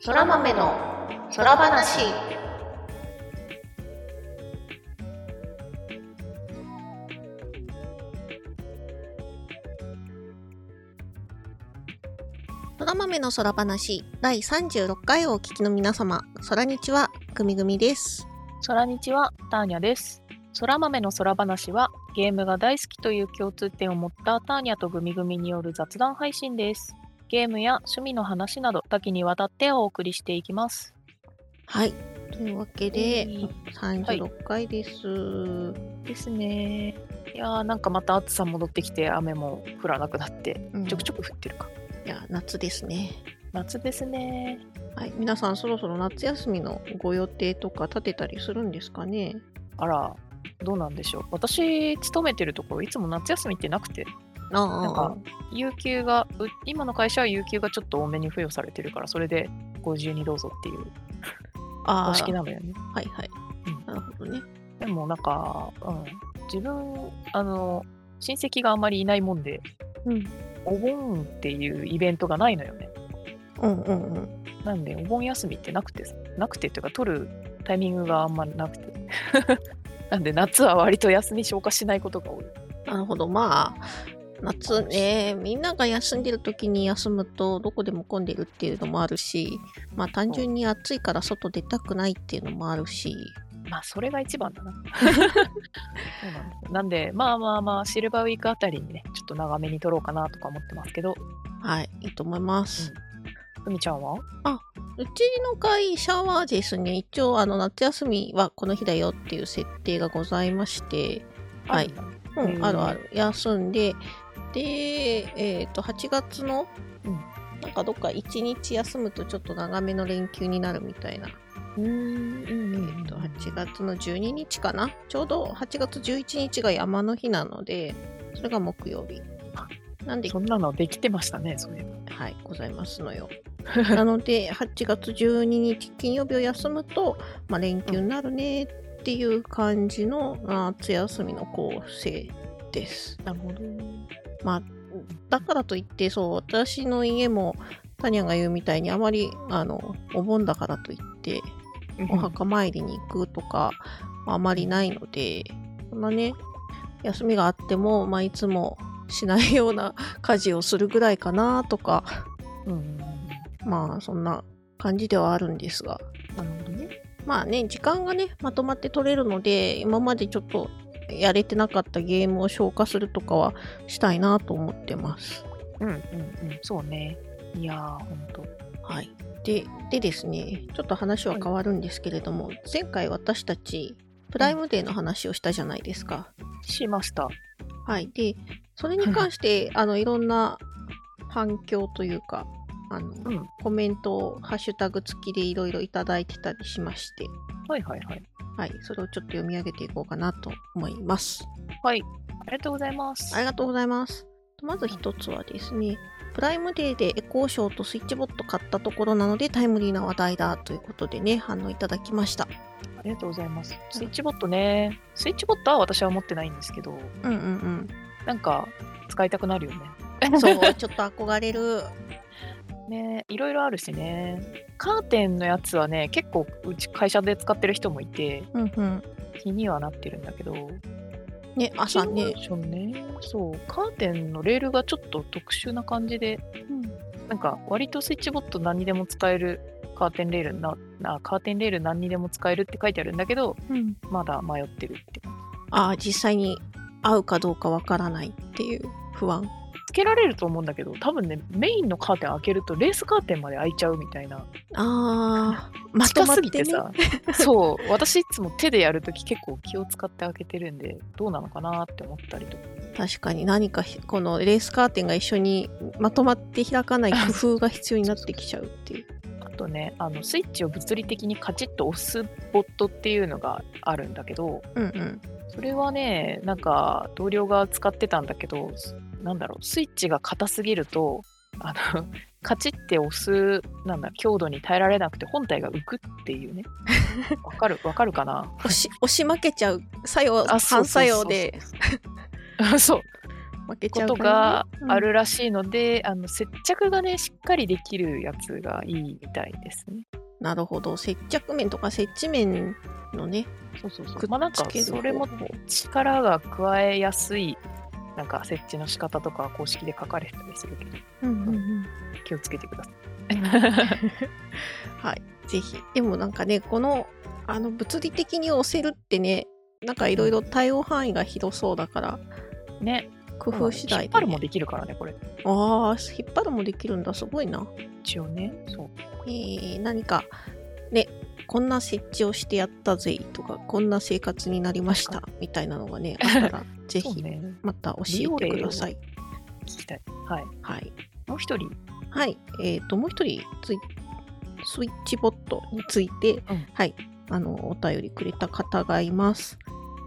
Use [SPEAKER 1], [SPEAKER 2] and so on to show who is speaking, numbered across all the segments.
[SPEAKER 1] そら豆の空話そら豆の空話第36回をお聞きの皆様空日はぐみぐみです
[SPEAKER 2] 空日はターニャです。空豆の空話はゲームが大好きという共通点を持ったターニャとグミグミによる雑談配信です。ゲームや趣味の話など多岐にわたってお送りしていきます。
[SPEAKER 1] はいというわけで、
[SPEAKER 2] うん
[SPEAKER 1] 36回です、
[SPEAKER 2] ですね。いやーなんかまた暑さ戻ってきて雨も降らなくなって
[SPEAKER 1] うん
[SPEAKER 2] ちょくちょく降ってるか。
[SPEAKER 1] いや夏ですね
[SPEAKER 2] 夏ですね。
[SPEAKER 1] はい皆さんそろそろ夏休みのご予定とか立てたりするんですかね
[SPEAKER 2] あら。どうなんでしょう私勤めてるところいつも夏休みってなくて
[SPEAKER 1] あ
[SPEAKER 2] なん
[SPEAKER 1] あ
[SPEAKER 2] か有給がう今の会社は有給がちょっと多めに付与されてるからそれでご自由にどうぞっていう
[SPEAKER 1] ああ
[SPEAKER 2] 公式なのよね。
[SPEAKER 1] はいはい、
[SPEAKER 2] うん
[SPEAKER 1] なるほどね
[SPEAKER 2] でもなんか、うん、自分あの親戚があんまりいないもんで
[SPEAKER 1] うん
[SPEAKER 2] お盆っていうイベントがないのよね。
[SPEAKER 1] うんうんうん
[SPEAKER 2] なんでお盆休みってなくてなくてというか取るタイミングがあんまりなくて なんで夏は割と休み消化しないことが多い。
[SPEAKER 1] なるほどまあ夏ねみんなが休んでる時に休むとどこでも混んでるっていうのもあるしまあ単純に暑いから外出たくないっていうのもあるし
[SPEAKER 2] まあそれが一番だな。そうなんですなんでまあまあまあシルバーウィークあたりにねちょっと長めに取ろうかなとか思ってますけど
[SPEAKER 1] はいいいと思います、
[SPEAKER 2] 海ちゃんは
[SPEAKER 1] うちの会社はですね一応あの夏休みはこの日だよっていう設定がございましてはい
[SPEAKER 2] あ
[SPEAKER 1] う
[SPEAKER 2] るんだ
[SPEAKER 1] ん
[SPEAKER 2] うん
[SPEAKER 1] あるある休んでで、えっと8月の、
[SPEAKER 2] うん
[SPEAKER 1] なんかどっか1日休むとちょっと長めの連休になるみたいな、
[SPEAKER 2] うーんうんうん
[SPEAKER 1] えっと8月の12日かなちょうど8月11日が山の日なのでそれが木曜日なんで
[SPEAKER 2] そんなのできてましたねそういえば
[SPEAKER 1] はいございますの よなので8月12日金曜日を休むと、まあ、連休になるねっていう感じの夏休みの構成です
[SPEAKER 2] なるほど。
[SPEAKER 1] まあ、だからといってそう私の家もタニャが言うみたいにあまりあのお盆だからといってお墓参りに行くとか、まああまりないのでそんなね休みがあっても、まあ、いつもしないような 家事をするぐらいかなとか
[SPEAKER 2] うんうんうん。な
[SPEAKER 1] まあそんな感じではあるんですが
[SPEAKER 2] るほどね。
[SPEAKER 1] まあね時間がねまとまって取れるので今までちょっとやれてなかったゲームを消化するとかはしたいなと思ってます。
[SPEAKER 2] うんうんうん。そうね。いやー、ほんと。
[SPEAKER 1] はい、ででですねちょっと話は変わるんですけれども、前回私たちプライムデーの話をしたじゃないですか。
[SPEAKER 2] しました。
[SPEAKER 1] はい、でそれに関して、あのいろんな反響というかあの、
[SPEAKER 2] うん
[SPEAKER 1] コメントをハッシュタグ付きでいろいろいただいてたりしまして、
[SPEAKER 2] はいはいはい。
[SPEAKER 1] はい、それをちょっと読み上げていこうかなと思います。
[SPEAKER 2] はい。ありがとうございます。
[SPEAKER 1] ありがとうございます。まず一つはですね、プライムデーでエコーショーとスイッチボット買ったところなのでタイムリーな話題だということでね、反応いただきました。
[SPEAKER 2] ありがとうございます。スイッチボットね。スイッチボットは私は持ってないんですけど、
[SPEAKER 1] うんうん
[SPEAKER 2] なんか使いたくなるよね。
[SPEAKER 1] うん。そう、ちょっと憧れる。
[SPEAKER 2] ねいろいろあるしね。カーテンのやつはね、結構うち会社で使ってる人もいて、
[SPEAKER 1] うんうん。
[SPEAKER 2] 気にはなってるんだけど、
[SPEAKER 1] ね、朝
[SPEAKER 2] キング
[SPEAKER 1] ね
[SPEAKER 2] マン。ションね。そう。カーテンのレールがちょっと特殊な感じで、なんか割とスイッチボット何にでも使えるカーテンレールななカーテンレール何にでも使えるって書いてあるんだけど
[SPEAKER 1] うんうん。
[SPEAKER 2] まだ迷ってるって
[SPEAKER 1] ああ、実際に会うかどうかわからないっていう不安。
[SPEAKER 2] つけられると思うんだけど多分ねメインのカーテン開けるとレースカーテンまで開いちゃうみたいな
[SPEAKER 1] ああ、まと
[SPEAKER 2] 近
[SPEAKER 1] ますっ
[SPEAKER 2] ぎ
[SPEAKER 1] て
[SPEAKER 2] て
[SPEAKER 1] ね。
[SPEAKER 2] さそう私いつも手でやるとき結構気を使って開けてるんでどうなのかなって思ったりとか
[SPEAKER 1] 確かに何かひこのレースカーテンが一緒にまとまって開かない工夫が必要になってきちゃうっていう。
[SPEAKER 2] あとねあのスイッチを物理的にカチッと押すボットっていうのがあるんだけど、
[SPEAKER 1] うんうん。
[SPEAKER 2] それはね、なんか同僚が使ってたんだけど、すなんだろう、スイッチが硬すぎると、あの カチッて押すなんだ強度に耐えられなくて本体が浮くっていうね。わかるわかるか な。
[SPEAKER 1] 押し押し負けちゃう作用
[SPEAKER 2] あそうそうそう
[SPEAKER 1] 反作用で
[SPEAKER 2] あそう。
[SPEAKER 1] 負けち
[SPEAKER 2] こ
[SPEAKER 1] ゃう
[SPEAKER 2] と
[SPEAKER 1] から
[SPEAKER 2] が
[SPEAKER 1] ねうん
[SPEAKER 2] あるらしいので、あの接着がねしっかりできるやつがいいみたいですね。
[SPEAKER 1] なるほど接着面とか接地面のね
[SPEAKER 2] そうそう
[SPEAKER 1] くっ
[SPEAKER 2] まあなんか
[SPEAKER 1] つける
[SPEAKER 2] それも
[SPEAKER 1] 方法
[SPEAKER 2] 力が加えやすいなんか設置の仕方とか公式で書かれてたりするけど
[SPEAKER 1] うんうんうん
[SPEAKER 2] 気をつけてください。
[SPEAKER 1] はい、ぜひ。でもなんかね、この、あの、物理的に押せるってね、なんかいろいろ対応範囲が広そうだから、
[SPEAKER 2] ね、
[SPEAKER 1] 工夫次第
[SPEAKER 2] 引っ
[SPEAKER 1] で、
[SPEAKER 2] 張るも
[SPEAKER 1] ね。
[SPEAKER 2] できるからねこれ
[SPEAKER 1] ああ、引っ張るもできるんだ、すごいな。
[SPEAKER 2] 一応ねそう
[SPEAKER 1] えー何か、ね、こんな設置をしてやったぜとか、こんな生活になりましたみたいなのがね、あった ら、ぜ
[SPEAKER 2] そう
[SPEAKER 1] ひ、
[SPEAKER 2] ね
[SPEAKER 1] また教えてください。
[SPEAKER 2] 聞きたい。はい、
[SPEAKER 1] はい。
[SPEAKER 2] もう一人
[SPEAKER 1] はい、えっ、と、もう一人ツイ、スイッチボットについて、
[SPEAKER 2] うん
[SPEAKER 1] はい、あの、お便りくれた方がいます。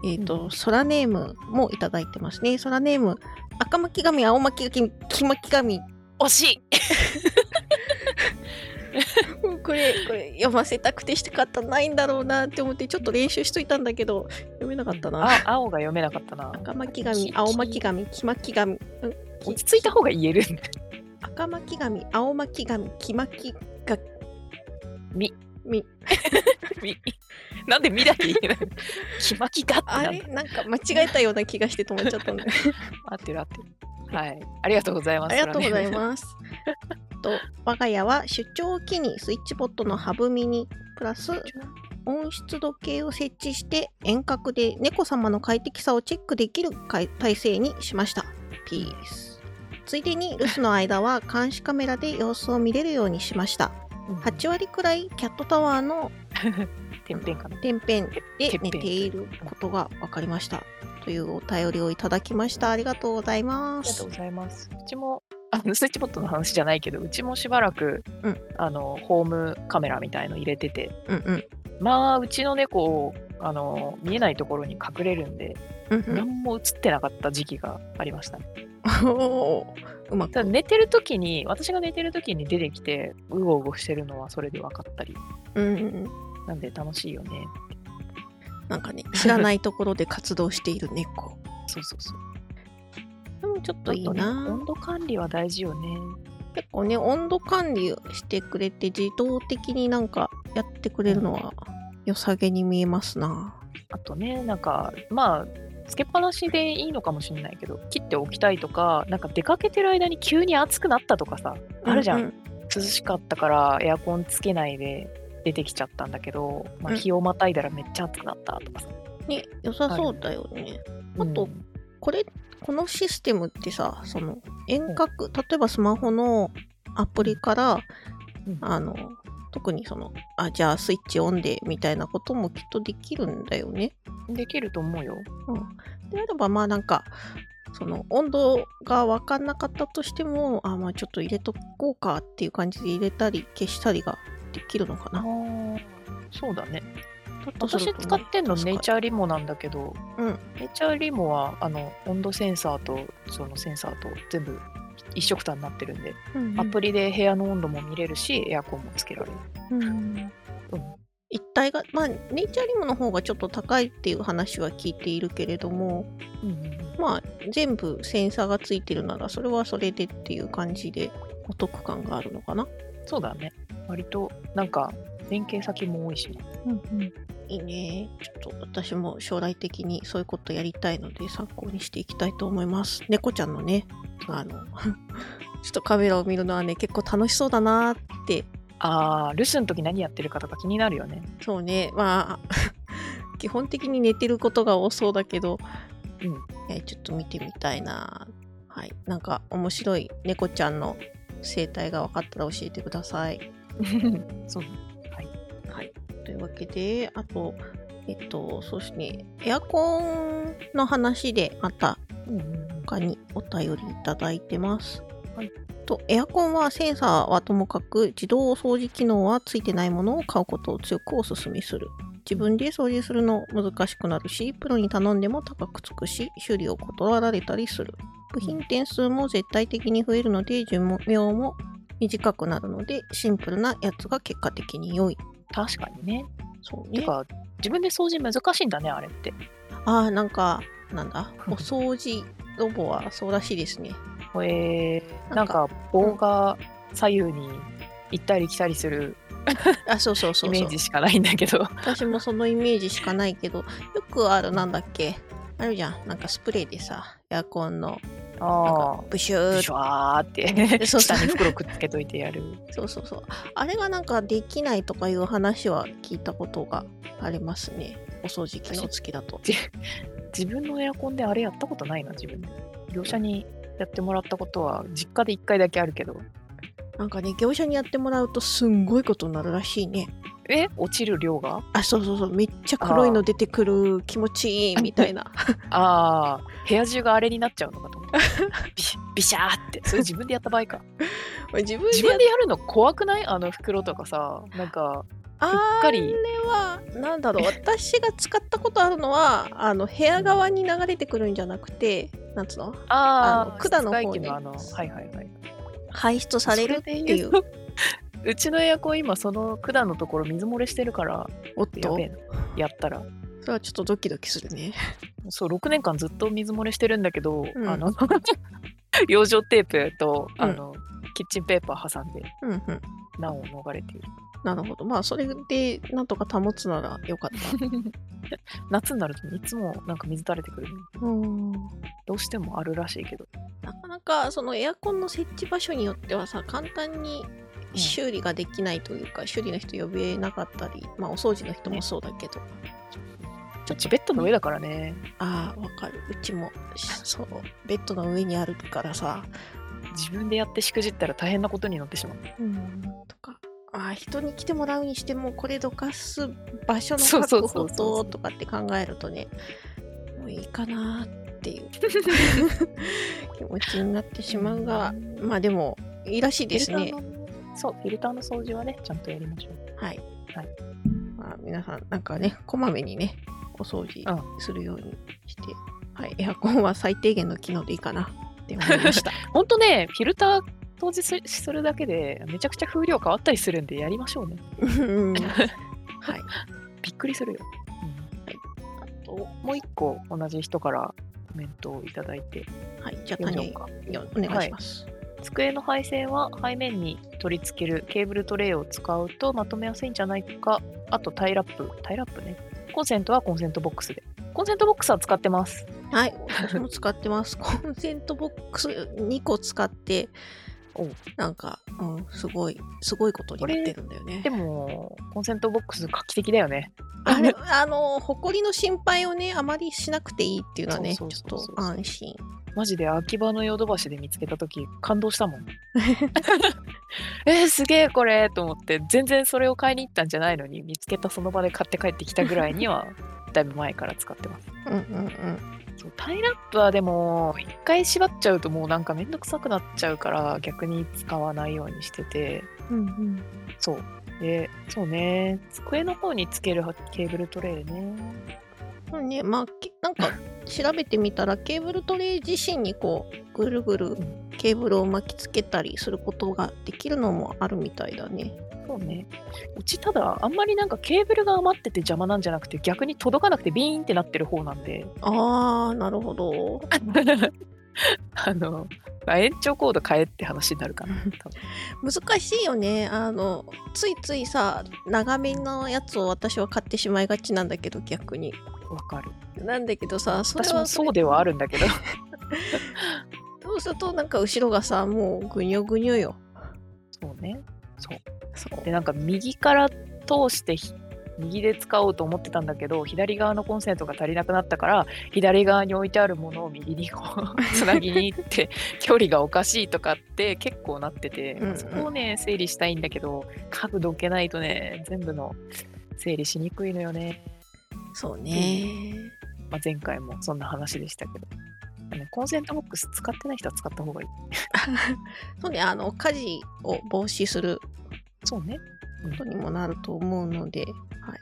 [SPEAKER 1] えっ、
[SPEAKER 2] う
[SPEAKER 1] と、
[SPEAKER 2] ん
[SPEAKER 1] ソラネームもいただいてますね。ソラネーム、赤巻紙、青巻紙、黄巻紙。
[SPEAKER 2] 惜しい
[SPEAKER 1] うんこれ、これ、読ませたくて仕方ないんだろうなって思って、ちょっと練習しといたんだけど、読めなかったな。
[SPEAKER 2] あ青が読めなかったな
[SPEAKER 1] 赤巻紙、青巻紙、黄巻紙。うん
[SPEAKER 2] 落ち着いた方が言えるんだ
[SPEAKER 1] 赤巻紙、青巻紙、黄巻が、
[SPEAKER 2] み
[SPEAKER 1] み。
[SPEAKER 2] み なんで見なきゃい けない気巻きがって
[SPEAKER 1] あ
[SPEAKER 2] なん
[SPEAKER 1] れ
[SPEAKER 2] だ
[SPEAKER 1] なんか間違えたような気がして止まっちゃったんで。
[SPEAKER 2] 合ってる合ってるはいありがとうございま
[SPEAKER 1] あ
[SPEAKER 2] す
[SPEAKER 1] りがとうござい
[SPEAKER 2] す
[SPEAKER 1] ます。と我が家は出張を機にスイッチボットのハブミにプラス温湿度計を設置して遠隔で猫様の快適さをチェックできる体制にしました。ピース。ついでに留守の間は監視カメラで様子を見れるようにしました。8割くらいキャットタワーの
[SPEAKER 2] てっぺんかな
[SPEAKER 1] 天辺で寝
[SPEAKER 2] てっぺん
[SPEAKER 1] ていることが分かりました。というお便りをいただきました。ありがとうございま
[SPEAKER 2] ありがと
[SPEAKER 1] す
[SPEAKER 2] う。ございます。うちもあのスイッチボットの話じゃないけどうちもしばらく、
[SPEAKER 1] うん
[SPEAKER 2] あのホームカメラみたいの入れてて
[SPEAKER 1] うんうん。
[SPEAKER 2] まあうちの猫をあの見えないところに隠れるんで、
[SPEAKER 1] うんうん
[SPEAKER 2] 何も映ってなかった時期がありましたね、
[SPEAKER 1] おーうまく。
[SPEAKER 2] ただ寝てる時に私が寝てる時に出てきてうごうごしてるのはそれで分かったり
[SPEAKER 1] うんうんうん。
[SPEAKER 2] なんで楽しいよね
[SPEAKER 1] なんかね、知らないところで活動している 猫。
[SPEAKER 2] そうそうそう
[SPEAKER 1] でもちょっといい
[SPEAKER 2] ちょっとね
[SPEAKER 1] な。
[SPEAKER 2] 温度管理は大事よね
[SPEAKER 1] 結構ね、温度管理してくれて、自動的になんかやってくれるのは良さげに見えますな。
[SPEAKER 2] あとねなんかまあつけっぱなしでいいのかもしれないけど切っておきたいとかなんか出かけてる間に急に暑くなったとかさあるじゃん、
[SPEAKER 1] うう
[SPEAKER 2] 涼しかったからエアコンつけないで出てきちゃったんだけど、まあ、
[SPEAKER 1] うん
[SPEAKER 2] 日をまたいだらめっちゃ暑くなったとかさ、
[SPEAKER 1] ね、良さそうだよね。あと
[SPEAKER 2] うん
[SPEAKER 1] これこのシステムってさその遠隔例えばスマホのアプリから、
[SPEAKER 2] うん
[SPEAKER 1] あの特にそのあじゃあスイッチオンでみたいなこともきっとできるんだよね。
[SPEAKER 2] できると思うよ
[SPEAKER 1] うん、であればまあなんかその温度が分かんなかったとしてもあまあちょっと入れとこうかっていう感じで入れたり消したりができるのかな。
[SPEAKER 2] そうだね
[SPEAKER 1] ちょっとすると
[SPEAKER 2] 私
[SPEAKER 1] ね
[SPEAKER 2] 使ってんの
[SPEAKER 1] 確か
[SPEAKER 2] ネイチャーリモなんだけど、
[SPEAKER 1] うん
[SPEAKER 2] ネイチャーリモはあの温度センサーとそのセンサーと全部一緒くたになってるんで、
[SPEAKER 1] うんうん
[SPEAKER 2] アプリで部屋の温度も見れるしエアコンもつけられる
[SPEAKER 1] うん一体がまあネイチャーリムの方がちょっと高いっていう話は聞いているけれども
[SPEAKER 2] うんうんうん
[SPEAKER 1] まあ全部センサーがついてるならそれはそれでっていう感じでお得感があるのかな、
[SPEAKER 2] そうだね割となんか連携先も多いしね
[SPEAKER 1] いいねちょっと私も将来的にそういうことやりたいので参考にしていきたいと思います猫ちゃんのねあの ちょっとカメラを見るのはね結構楽しそうだなーって
[SPEAKER 2] ああ留守の時何やってるかとか気になるよね
[SPEAKER 1] そうねまあ 基本的に寝てることが多そうだけど、
[SPEAKER 2] うん
[SPEAKER 1] えーちょっと見てみたいなはいなんか面白い猫ちゃんの生態が分かったら教えてください
[SPEAKER 2] そう
[SPEAKER 1] はいというわけであとえっとそしてエアコンの話でまた
[SPEAKER 2] うんうん
[SPEAKER 1] 他にお便りいただいてます。
[SPEAKER 2] はい
[SPEAKER 1] とエアコンはセンサーはともかく自動掃除機能はついてないものを買うことを強くお勧めする。自分で掃除するの難しくなるし、プロに頼んでも高くつくし、修理を断られたりする。部品点数も絶対的に増えるので、寿命も短くなるので、シンプルなやつが結果的に良い。
[SPEAKER 2] 確かにね
[SPEAKER 1] そう
[SPEAKER 2] て
[SPEAKER 1] ね。
[SPEAKER 2] か自分で掃除難しいんだねあれって
[SPEAKER 1] ああ、なんか、なんだ、お掃除ロボはそうらしいですね。
[SPEAKER 2] えー、な
[SPEAKER 1] なんん
[SPEAKER 2] か
[SPEAKER 1] か
[SPEAKER 2] 棒が左右に行ったり来たりする
[SPEAKER 1] あ、そうそうそ
[SPEAKER 2] イ
[SPEAKER 1] う
[SPEAKER 2] メ
[SPEAKER 1] そ
[SPEAKER 2] ー
[SPEAKER 1] う
[SPEAKER 2] ジ。しか ないんだけど
[SPEAKER 1] 私もそのイメージしかないけど、よくあるなんだっけ、あるじゃん、なんかスプレーでさ、エアコンのなん
[SPEAKER 2] あ
[SPEAKER 1] かブシ
[SPEAKER 2] あ
[SPEAKER 1] ュー
[SPEAKER 2] シュワーって
[SPEAKER 1] そう
[SPEAKER 2] 下に袋くっつけといてやる
[SPEAKER 1] そうそうそう。あれがなんかできないとかいう話は聞いたことがありますね。お掃除機能付きだと。
[SPEAKER 2] 自分のエアコンであれやったことないな自分で業者にやってもらったことは実家で1回だけあるけど
[SPEAKER 1] なんかね、業者にやってもらうとすんごいことになるらしいね。
[SPEAKER 2] え落ちる量が
[SPEAKER 1] あ、そうそうそう。めっちゃ黒いの出てくる気持ちいいみたいな。
[SPEAKER 2] ああ部屋中があれになっちゃうのかと思ったビシビシャーってそれ自分でやった場合か
[SPEAKER 1] 自分
[SPEAKER 2] 自
[SPEAKER 1] でや
[SPEAKER 2] 分でやるの怖くないあの袋とかさなんかうっ
[SPEAKER 1] あ
[SPEAKER 2] か
[SPEAKER 1] あ
[SPEAKER 2] り
[SPEAKER 1] れは、なんだ ろう。私が使ったことあるのは、あの、部屋側に流れてくるんじゃなくて、なんつうのあ
[SPEAKER 2] あ
[SPEAKER 1] の
[SPEAKER 2] ー
[SPEAKER 1] 管の方
[SPEAKER 2] 室外機
[SPEAKER 1] ね
[SPEAKER 2] のあのはいはいはい
[SPEAKER 1] 排出されるっていう。
[SPEAKER 2] それで言うとうちのエアコン今その管のところ水漏れしてるから
[SPEAKER 1] おっ
[SPEAKER 2] や
[SPEAKER 1] と
[SPEAKER 2] べえ、なやったら
[SPEAKER 1] それはちょっとドキドキするね。
[SPEAKER 2] そう6年間ずっと水漏れしてるんだけど、
[SPEAKER 1] うん
[SPEAKER 2] あの 養生テープと、
[SPEAKER 1] うん
[SPEAKER 2] あのキッチンペーパー挟んで
[SPEAKER 1] うんうん。
[SPEAKER 2] 難を逃れている
[SPEAKER 1] なるほど。まあ、それでなんとか保つならよかった。
[SPEAKER 2] 夏になるといつもなんか水垂れてくる
[SPEAKER 1] うん
[SPEAKER 2] どうしてもあるらしいけど
[SPEAKER 1] なかなかそのエアコンの設置場所によってはさ簡単に
[SPEAKER 2] うん
[SPEAKER 1] 修理ができないというか、修理の人呼べなかったり、まあ、お掃除の人もそうだけど、
[SPEAKER 2] ちょっとベッドの上だからね
[SPEAKER 1] ああわかるうちもそうベッドの上にあるからさ、
[SPEAKER 2] 自分でやってしくじったら大変なことになってしまう
[SPEAKER 1] とかああ人に来てもらうにしてもこれどかす場所の
[SPEAKER 2] そうそう
[SPEAKER 1] 確
[SPEAKER 2] そう
[SPEAKER 1] 保
[SPEAKER 2] そ
[SPEAKER 1] と
[SPEAKER 2] う
[SPEAKER 1] とかって考えるとねもういいかなって いう気持ちになってしまうが、まあでもいいらしいですね
[SPEAKER 2] フィ。ルターのそうフィルターの掃除はねちゃんとやりましょう
[SPEAKER 1] はい。
[SPEAKER 2] はい
[SPEAKER 1] まあ、皆さん、なんかね、こまめにね、お掃除
[SPEAKER 2] う
[SPEAKER 1] するようにして、はい。エアコンは最低限の機能でいいかなって思いま した。
[SPEAKER 2] ほんとねフィルター掃除すするだけでめちゃくちゃ風量変わったりするんでやりましょうね
[SPEAKER 1] うんはい。
[SPEAKER 2] びっくりするよ、
[SPEAKER 1] はい
[SPEAKER 2] あともう一個同じ人からコメントをいただいて
[SPEAKER 1] はい。じゃあ、
[SPEAKER 2] 読んじゃ
[SPEAKER 1] 谷
[SPEAKER 2] おうか
[SPEAKER 1] よお願いします。
[SPEAKER 2] 机の配線は背面に取り付けるケーブルトレイを使うとまとめやすいんじゃないかあとタイラップタイラップねコンセントはコンセントボックスでコンセントボックスは使ってます
[SPEAKER 1] はい。私も使ってます。コンセントボックス2個使って
[SPEAKER 2] お、
[SPEAKER 1] なんか、うん、すごい、すごいことになってるんだよね
[SPEAKER 2] で。もコンセントボックス画期的だよね
[SPEAKER 1] あれ、あの、埃の心配をね、あまりしなくていいっていうのはね、ち
[SPEAKER 2] そ
[SPEAKER 1] ょっ
[SPEAKER 2] うそうそ
[SPEAKER 1] と
[SPEAKER 2] うそう
[SPEAKER 1] 安心。
[SPEAKER 2] マジで秋葉のヨドバシで見つけた時感動したもんえーすげえこれと思って全然それを買いに行ったんじゃないのに見つけたその場で買って帰ってきたぐらいにはだいぶ前から使ってます
[SPEAKER 1] うんうんうん。
[SPEAKER 2] そうタイラップはでも一回縛っちゃうともうなんかめんどくさくなっちゃうから逆に使わないようにしてて
[SPEAKER 1] うんうん。
[SPEAKER 2] そうでそうね机の方につけるケーブルトレイね
[SPEAKER 1] そうね、まあ、けなんか調べてみたらケーブルトレイ自身にこうぐるぐるケーブルを巻きつけたりすることができるのもあるみたいだね。
[SPEAKER 2] そうねうちただあんまりなんかケーブルが余ってて邪魔なんじゃなくて逆に届かなくてビーンってなってる方なん で
[SPEAKER 1] あー、なるほど。
[SPEAKER 2] あの、まあ延長コード変えって話になるかな。多分
[SPEAKER 1] 難しいよね。あの、ついついさ、長めのやつを私は買ってしまいがちなんだけど、逆に。
[SPEAKER 2] わかる。
[SPEAKER 1] なんだけどさ、それ
[SPEAKER 2] 私も
[SPEAKER 1] は
[SPEAKER 2] そ
[SPEAKER 1] れ
[SPEAKER 2] うではあるんだけど、
[SPEAKER 1] そうするとなんか後ろがさ、もうぐにょぐにょよ。
[SPEAKER 2] そうね。そう。
[SPEAKER 1] そう
[SPEAKER 2] で、なんか右から通してひ、右で使おうと思ってたんだけど、左側のコンセントが足りなくなったから、左側に置いてあるものを右にこう、つなぎに行って、 距離がおかしいとかって結構なってて、
[SPEAKER 1] うんうん
[SPEAKER 2] そこをね、整理したいんだけど、角どけないとね、全部の整理しにくいのよね。
[SPEAKER 1] そうね。
[SPEAKER 2] まあ、前回もそんな話でしたけど、ねコンセントボックス使ってない人は使った方がいい。
[SPEAKER 1] そうね、あの、火事を防止する
[SPEAKER 2] そうね。
[SPEAKER 1] ことにもなると思うので、はい、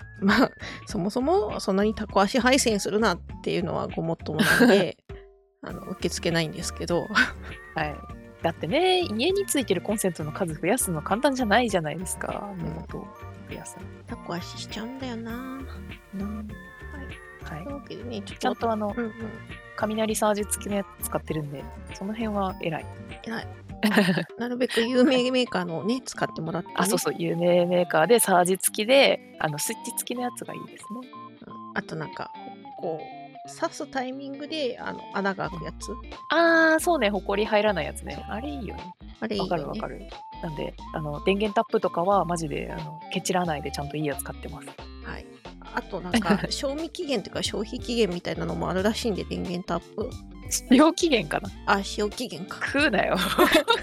[SPEAKER 1] まあそもそもそんなにタコ足配線するなっていうのはごもっともなの であの受け付けないんですけど
[SPEAKER 2] はい。だってね、家についてるコンセントの数増やすの簡単じゃないじゃないですか。根元を増やす
[SPEAKER 1] タコ足しちゃうんだよな。
[SPEAKER 2] の。はい。
[SPEAKER 1] というわけでねち
[SPEAKER 2] ちゃ
[SPEAKER 1] ょっ
[SPEAKER 2] ん
[SPEAKER 1] と。
[SPEAKER 2] とあの
[SPEAKER 1] う、んうん、
[SPEAKER 2] 雷サージ付きのやつ使ってるんで、その辺は偉い。
[SPEAKER 1] 偉いなるべく有名メーカーのをね、使ってもらって、ね。
[SPEAKER 2] あ、そうそう、有名メーカーでサージ付きで、あの、スイッチ付きのやつがいいですね。
[SPEAKER 1] うんあとなんか、こう、刺すタイミングで、あの、穴が開くやつ。
[SPEAKER 2] あー、そうね、ほこり入らないやつね。あれいいよね。
[SPEAKER 1] あれいいよ、
[SPEAKER 2] わ
[SPEAKER 1] ね。
[SPEAKER 2] かるわかる。なんで、あの、電源タップとかは、マジで、あの、ケチらないでちゃんといいやつ買ってます。
[SPEAKER 1] はい。あとなん か、賞味期限というか消費期限みたいなのもあるらしいんで、電源タップ。
[SPEAKER 2] 使用期限かな
[SPEAKER 1] あ、使用期限か。
[SPEAKER 2] 食うなよ。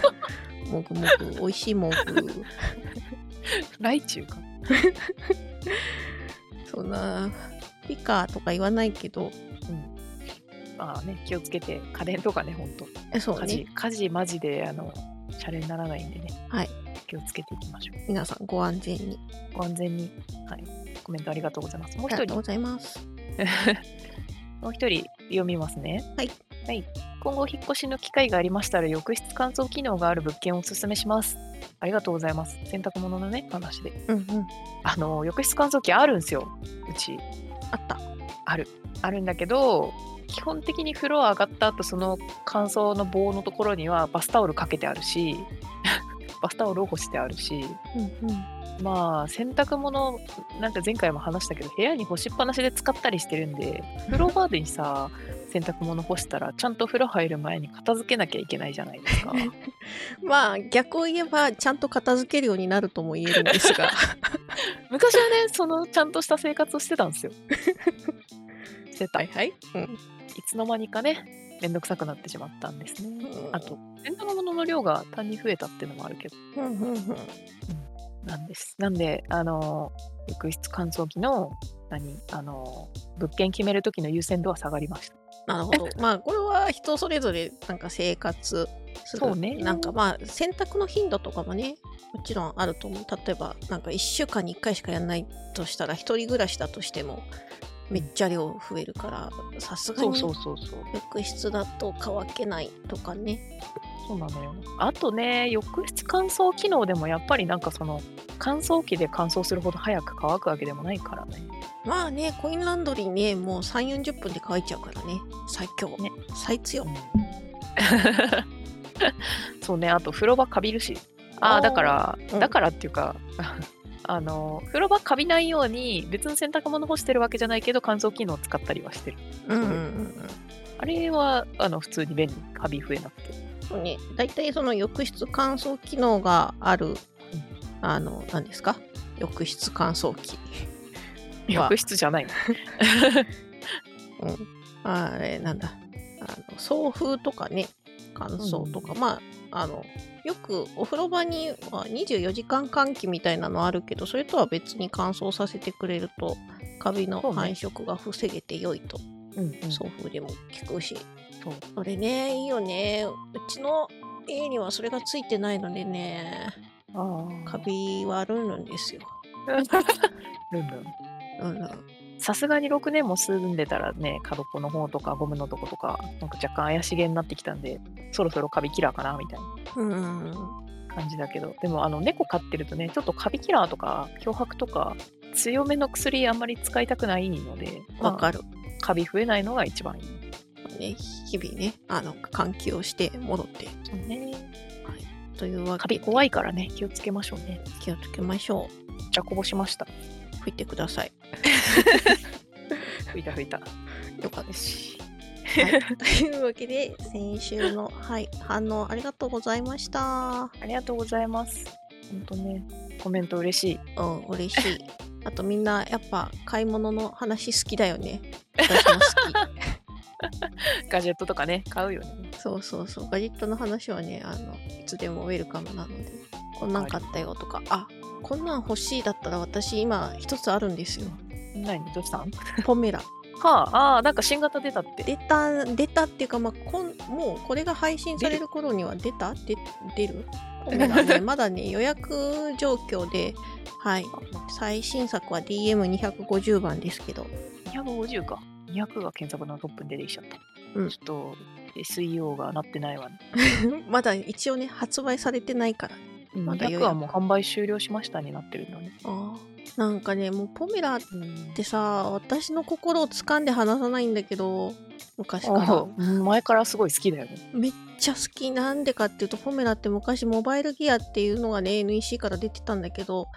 [SPEAKER 1] もぐもぐ、美味しいもぐ。
[SPEAKER 2] ライチュウか。
[SPEAKER 1] そんな、ピカーとか言わないけど、
[SPEAKER 2] まあね、気をつけて、家電とかね、ほんと。
[SPEAKER 1] えそう
[SPEAKER 2] 家
[SPEAKER 1] ね
[SPEAKER 2] 事、家事マジで、あの、シャレにならないんでね。
[SPEAKER 1] はい。
[SPEAKER 2] 気をつけていきましょう。
[SPEAKER 1] 皆さんご安全に。
[SPEAKER 2] ご安全に。はい。コメントありがとうございます。もう
[SPEAKER 1] ありがと
[SPEAKER 2] 一
[SPEAKER 1] う
[SPEAKER 2] 人
[SPEAKER 1] ご、ざいます。
[SPEAKER 2] もう一人読みますね。
[SPEAKER 1] はい。
[SPEAKER 2] はい。今後、引っ越しの機会がありましたら、浴室乾燥機能がある物件をおすすめします。ありがとうございます。洗濯物のね、話で。
[SPEAKER 1] うんうん。
[SPEAKER 2] あの、浴室乾燥機あるんですよ。うち。
[SPEAKER 1] あった。
[SPEAKER 2] あるんだけど、基本的に風呂上がった後、その乾燥の棒のところにはバスタオルかけてあるし、 バスタオルを干してあるし、
[SPEAKER 1] うんうん。
[SPEAKER 2] まあ洗濯物なんか前回も話したけど部屋に干しっぱなしで使ったりしてるんで風呂場でさ洗濯物干したらちゃんと風呂入る前に片付けなきゃいけないじゃないですか
[SPEAKER 1] まあ、逆を言えば、ちゃんと片付けるようになるとも言えるんです が、
[SPEAKER 2] 昔はねそのちゃんとした生活をしてたんですよしてたい
[SPEAKER 1] はい。うん。
[SPEAKER 2] つの間にかねめんどくさくなってしまったんですねあと洗濯物の量が単に増えたっていうのもあるけど
[SPEAKER 1] うんうんうん。
[SPEAKER 2] なんです。なんで、あの、浴室乾燥機の、何、あの、物件決めるときの優先度は下がりました。
[SPEAKER 1] なるほ ど。まあ、これは人それぞれ、なんか生活する。
[SPEAKER 2] そうね
[SPEAKER 1] なんかまあ、洗濯の頻度とかもね、もちろんあると思う。例えば、なんか1週間に1回しかやんないとしたら、一人暮らしだとしても、めっちゃ量増えるから、さすが
[SPEAKER 2] そう
[SPEAKER 1] に
[SPEAKER 2] そうそうそう。
[SPEAKER 1] 浴室だと乾けないとかね。
[SPEAKER 2] そうなのよ。あとね、浴室乾燥機能でもやっぱりなんかその、乾燥機で乾燥するほど早く乾くわけでもないからね。
[SPEAKER 1] まあね、コインランドリーね、もう3、40分で乾いちゃうからね。最強。
[SPEAKER 2] ね
[SPEAKER 1] 最強。
[SPEAKER 2] そうね、あと風呂場かびるし。あ
[SPEAKER 1] あ
[SPEAKER 2] あ、
[SPEAKER 1] ー
[SPEAKER 2] だから、
[SPEAKER 1] うん
[SPEAKER 2] だからっていうか、あの、風呂場かびないように別に洗濯物干してるわけじゃないけど乾燥機能を使ったりはしてる。
[SPEAKER 1] うんうんうん
[SPEAKER 2] あれは、あの、普通に便利。カビ増えなくて。
[SPEAKER 1] そうね、大体その浴室乾燥機能がある、あの、何ですか浴室乾燥機。は
[SPEAKER 2] 浴室じゃないの。
[SPEAKER 1] うん、あれ、なんだ。あの送風とかね、乾燥とか、まあ、あの、よくお風呂場には24時間換気みたいなのあるけど、それとは別に乾燥させてくれると、カビの
[SPEAKER 2] そうね
[SPEAKER 1] 繁殖が防げて良いと、
[SPEAKER 2] うんうん、
[SPEAKER 1] 送風でも効くし、
[SPEAKER 2] そう
[SPEAKER 1] それね、いいよね。うちの家にはそれがついてないのでね、
[SPEAKER 2] ああ、
[SPEAKER 1] カビはルンルンですよ。
[SPEAKER 2] ルンルン。
[SPEAKER 1] ルンルン。
[SPEAKER 2] さすがに6年も住んでたらね、角っこの方とかゴムのとことか、なんか若干怪しげになってきたんで、そろそろカビキラーかなみたいな
[SPEAKER 1] うん。
[SPEAKER 2] 感じだけど、でもあの猫飼ってるとね、ちょっとカビキラーとか漂白とか、強めの薬あんまり使いたくないので、まあ
[SPEAKER 1] わかる。
[SPEAKER 2] カビ増えないのが一番いい。
[SPEAKER 1] ね、日々ね、あの、換気をして戻って。
[SPEAKER 2] そうね、
[SPEAKER 1] というわ
[SPEAKER 2] カ
[SPEAKER 1] け
[SPEAKER 2] ビ
[SPEAKER 1] で、
[SPEAKER 2] 怖いからね、気をつけましょうね。
[SPEAKER 1] 気をつけましょう。
[SPEAKER 2] めっちゃこぼしました。
[SPEAKER 1] 拭いてください。
[SPEAKER 2] 拭いた拭いた。
[SPEAKER 1] よかった
[SPEAKER 2] よし。
[SPEAKER 1] はい、というわけで、先週の、はい、反応ありがとうございました。
[SPEAKER 2] ありがとうございます。本当ね、コメント嬉しい。
[SPEAKER 1] うん、嬉しい。あとみんな、やっぱ、買い物の話好きだよね。私も好
[SPEAKER 2] ガジェットとかね、買うよね。
[SPEAKER 1] き。そうそうそう。ガジェットの話はね、あの、いつでもウェルカムなので、こんなん買ったよとか、あ、こんなん欲しいだったら私今一つあるんですよ。
[SPEAKER 2] 何どうしたんは
[SPEAKER 1] ポメラ。
[SPEAKER 2] あ、あーなんか新型出たって。
[SPEAKER 1] 出た出たっていうか、まあ、こんもうこれが配信される頃には出たで出るごめん なさいまだね予約状況ではい最新作は DM250 番ですけど
[SPEAKER 2] 250か。200が検索のトップに出てきちゃった。
[SPEAKER 1] うん
[SPEAKER 2] ちょっと SEO がなってないわ、ね。
[SPEAKER 1] まだ一応ね発売されてないからまだ
[SPEAKER 2] 200はもう販売終了しましたになってるのに。
[SPEAKER 1] あーなんかねもうポメラっ
[SPEAKER 2] うん
[SPEAKER 1] てさ私の心を掴んで離さないんだけど昔から
[SPEAKER 2] うん前からすごい好きだよね。
[SPEAKER 1] めっちゃ好きなんでかっていうとポメラって昔モバイルギアっていうのがね NEC から出てたんだけど、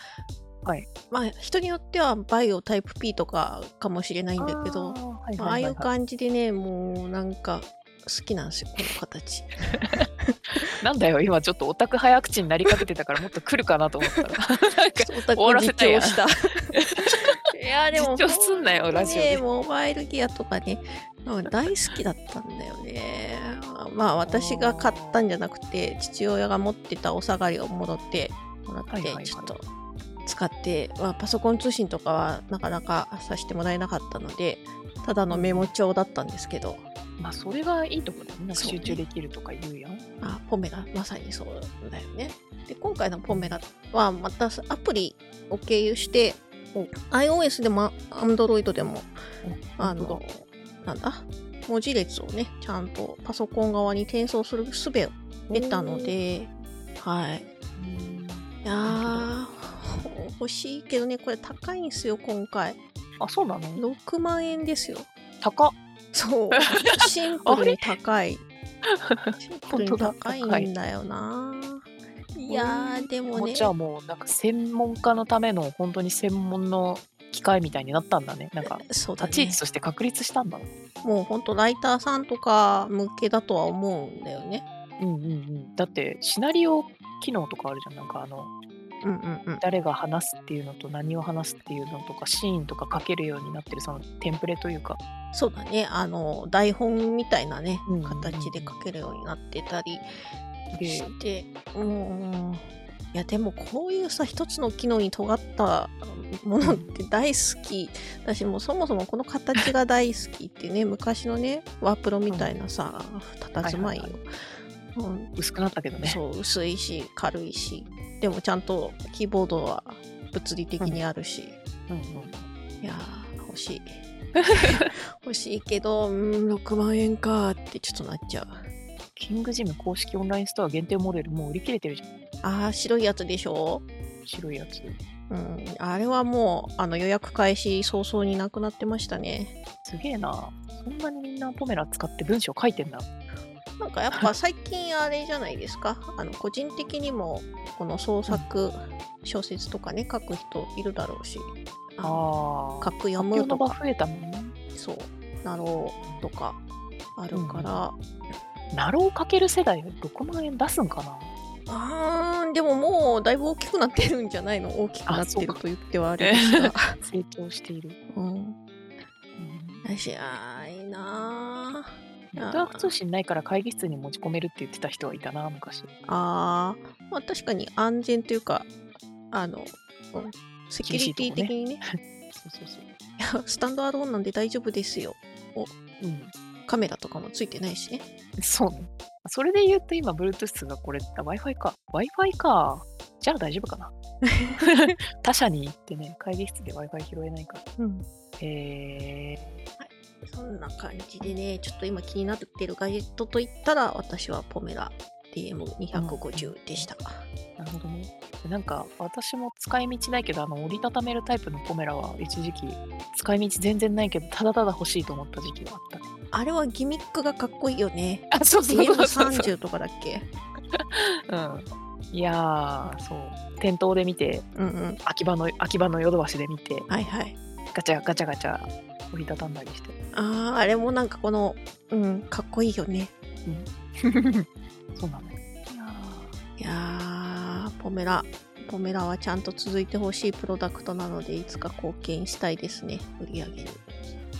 [SPEAKER 2] はい
[SPEAKER 1] まあ人によってはバイオタイプ P とかかもしれないんだけど
[SPEAKER 2] あーはい
[SPEAKER 1] まあああ
[SPEAKER 2] はいいはいうは
[SPEAKER 1] 感じでねもうなんか好きなんですよこの形
[SPEAKER 2] い、なんだよ今ちょっとオタク早口になりかけてたからもっと来るかなと思った らなんか
[SPEAKER 1] オタク
[SPEAKER 2] 終わら
[SPEAKER 1] 実
[SPEAKER 2] せたや
[SPEAKER 1] 況
[SPEAKER 2] ん
[SPEAKER 1] した いやでも
[SPEAKER 2] 実況すんなよラジオ
[SPEAKER 1] ね
[SPEAKER 2] で
[SPEAKER 1] モバイルギアとかねうん大好きだったんだよねまあ私が買ったんじゃなくて父親が持ってたお下がりを戻ってもらって、
[SPEAKER 2] はいはいはい
[SPEAKER 1] ちょっと使って、まあ、パソコン通信とかはなかなかさせてもらえなかったのでただのメモ帳だったんですけど
[SPEAKER 2] まあそれがいいとこだよねなんか
[SPEAKER 1] そうね
[SPEAKER 2] 集中できるとか言うやん
[SPEAKER 1] あポメラまさにそうだよねで今回のポメラはまたアプリを経由して
[SPEAKER 2] お
[SPEAKER 1] iOS でも Android でも
[SPEAKER 2] お
[SPEAKER 1] あ
[SPEAKER 2] 本
[SPEAKER 1] のなんだ文字列をねちゃんとパソコン側に転送する術を得たのではい
[SPEAKER 2] うん
[SPEAKER 1] いやー欲しいけどねこれ高いんすよ今回
[SPEAKER 2] あそうなの
[SPEAKER 1] 6万円ですよ
[SPEAKER 2] 高っ
[SPEAKER 1] そう シンプルに高いシンプルに高いんだよないやーでも
[SPEAKER 2] もう
[SPEAKER 1] ね
[SPEAKER 2] じゃあもうなんか専門家のための本当に専門の機械みたいになったんだねなんか
[SPEAKER 1] そうだ
[SPEAKER 2] 立ち位
[SPEAKER 1] ね
[SPEAKER 2] 置として確立したんだね
[SPEAKER 1] もうほんとライターさんとか向けだとは思うんだよね
[SPEAKER 2] うんうんうんだってシナリオ機能とかあるじゃんなんかあの
[SPEAKER 1] うんうんうん
[SPEAKER 2] 誰が話すっていうのと何を話すっていうのとかシーンとか書けるようになってるそのテンプレというか
[SPEAKER 1] そうだねあの台本みたいなね
[SPEAKER 2] うんうんうん
[SPEAKER 1] 形で書けるようになってたり
[SPEAKER 2] で
[SPEAKER 1] してうんいやでもこういうさ一つの機能に尖ったものって大好き だしもうそもそもこの形が大好きっていうね 昔のねワープロみたいなさ佇まいよ
[SPEAKER 2] はい
[SPEAKER 1] うん
[SPEAKER 2] 薄くなったけどね
[SPEAKER 1] そう薄いし軽いしでもちゃんとキーボードは物理的にあるし、
[SPEAKER 2] うんうん
[SPEAKER 1] いやー欲しい欲しいけどうん6万円かーってちょっとなっちゃう
[SPEAKER 2] キングジム公式オンラインストア限定モデルもう売り切れてるじゃん
[SPEAKER 1] あー白いやつでしょ
[SPEAKER 2] 白いやつ
[SPEAKER 1] うんあれはもうあの予約開始早々になくなってましたね
[SPEAKER 2] すげえなそんなにみんなポメラ使って文章書いてんだ
[SPEAKER 1] なんかやっぱ最近あれじゃないですかあの個人的にもこの創作小説とかね書く人いるだろうしあの
[SPEAKER 2] あ
[SPEAKER 1] 書く読
[SPEAKER 2] 発表
[SPEAKER 1] む
[SPEAKER 2] の
[SPEAKER 1] と
[SPEAKER 2] 場
[SPEAKER 1] か
[SPEAKER 2] 増えたもんね
[SPEAKER 1] そうなろうとかあるから、
[SPEAKER 2] ナローかける世代6万円出すんかな
[SPEAKER 1] あーでももうだいぶ大きくなってるんじゃないの大きくな
[SPEAKER 2] あ
[SPEAKER 1] っ
[SPEAKER 2] そ
[SPEAKER 1] て
[SPEAKER 2] う
[SPEAKER 1] る
[SPEAKER 2] か
[SPEAKER 1] と言ってはあれですが、
[SPEAKER 2] 成長している、
[SPEAKER 1] うん、
[SPEAKER 2] うん
[SPEAKER 1] 私あーいいな
[SPEAKER 2] ネットワーク通信ないから会議室に持ち込めるって言ってた人はいたな昔
[SPEAKER 1] ーあー、まあ、確かに安全というかあの、うんセキュリティ的にね
[SPEAKER 2] そうそうそう
[SPEAKER 1] いや スタンドアローンなんで大丈夫ですよ
[SPEAKER 2] うん
[SPEAKER 1] カメラとかもついてないしね
[SPEAKER 2] そうねそれで言うと今 Bluetooth がこれ w i f i か w i f i かじゃあ大丈夫か な他社に行ってね会議室で w i f i 拾えないから
[SPEAKER 1] うん
[SPEAKER 2] へえ
[SPEAKER 1] そんな感じでねちょっと今気になってるガジェットといったら私はポメラ DM250 でした、
[SPEAKER 2] なるほどねなんか私も使い道ないけどあの折りたためるタイプのポメラは一時期使い道全然ないけどただただ欲しいと思った時期があったね
[SPEAKER 1] あれはギミックがかっこいいよね
[SPEAKER 2] あそう
[SPEAKER 1] DM30 とかだっけ
[SPEAKER 2] うん、いやーそう店頭で見て
[SPEAKER 1] うんうん
[SPEAKER 2] 秋葉の秋葉のヨドバシで見て
[SPEAKER 1] はいはい
[SPEAKER 2] ガチャガチャガチャ折りたたんだり して
[SPEAKER 1] あああれもなんかこのうんかっこいいよね
[SPEAKER 2] そうなのよいや
[SPEAKER 1] いやーポメラポメラはちゃんと続いてほしいプロダクトなのでいつか貢献したいですね売り上げに
[SPEAKER 2] ー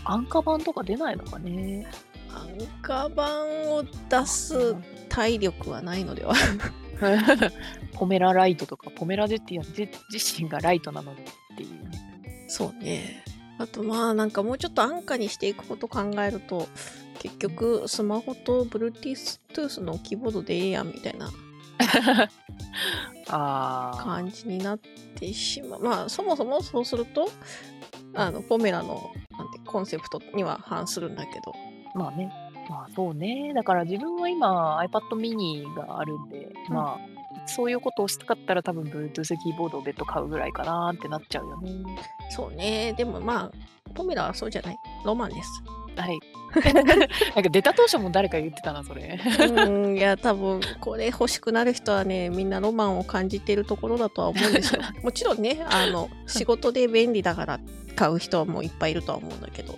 [SPEAKER 2] 安価版とか出ないのかね
[SPEAKER 1] 安価版を出す体力はないのでは
[SPEAKER 2] ポメラライトとかポメラジェティア自自身がライトなのにっていうね
[SPEAKER 1] そうねあとまあなんかもうちょっと安価にしていくこと考えると結局スマホと Bluetooth のキーボードでええやんみたいな
[SPEAKER 2] あ
[SPEAKER 1] 感じになってしまうまあそもそもそうするとあのポメラのなんてコンセプトには反するんだけど
[SPEAKER 2] あまあねまあそうねだから自分は今 iPad mini があるんで、
[SPEAKER 1] うん
[SPEAKER 2] まあそういうことをしたかったら多分 Bluetooth キーボードを別途買うぐらいかなってなっちゃうよね
[SPEAKER 1] そうねでもまあポメラはそうじゃないロマンです
[SPEAKER 2] はい。 なんか出た当初も誰か言ってたな、それ。
[SPEAKER 1] うん、いや、多分これ欲しくなる人はね、みんなロマンを感じてるところだとは思うんです よ。もちろんね、あの、仕事で便利だから買う人はもういっぱいいるとは思うんだけど。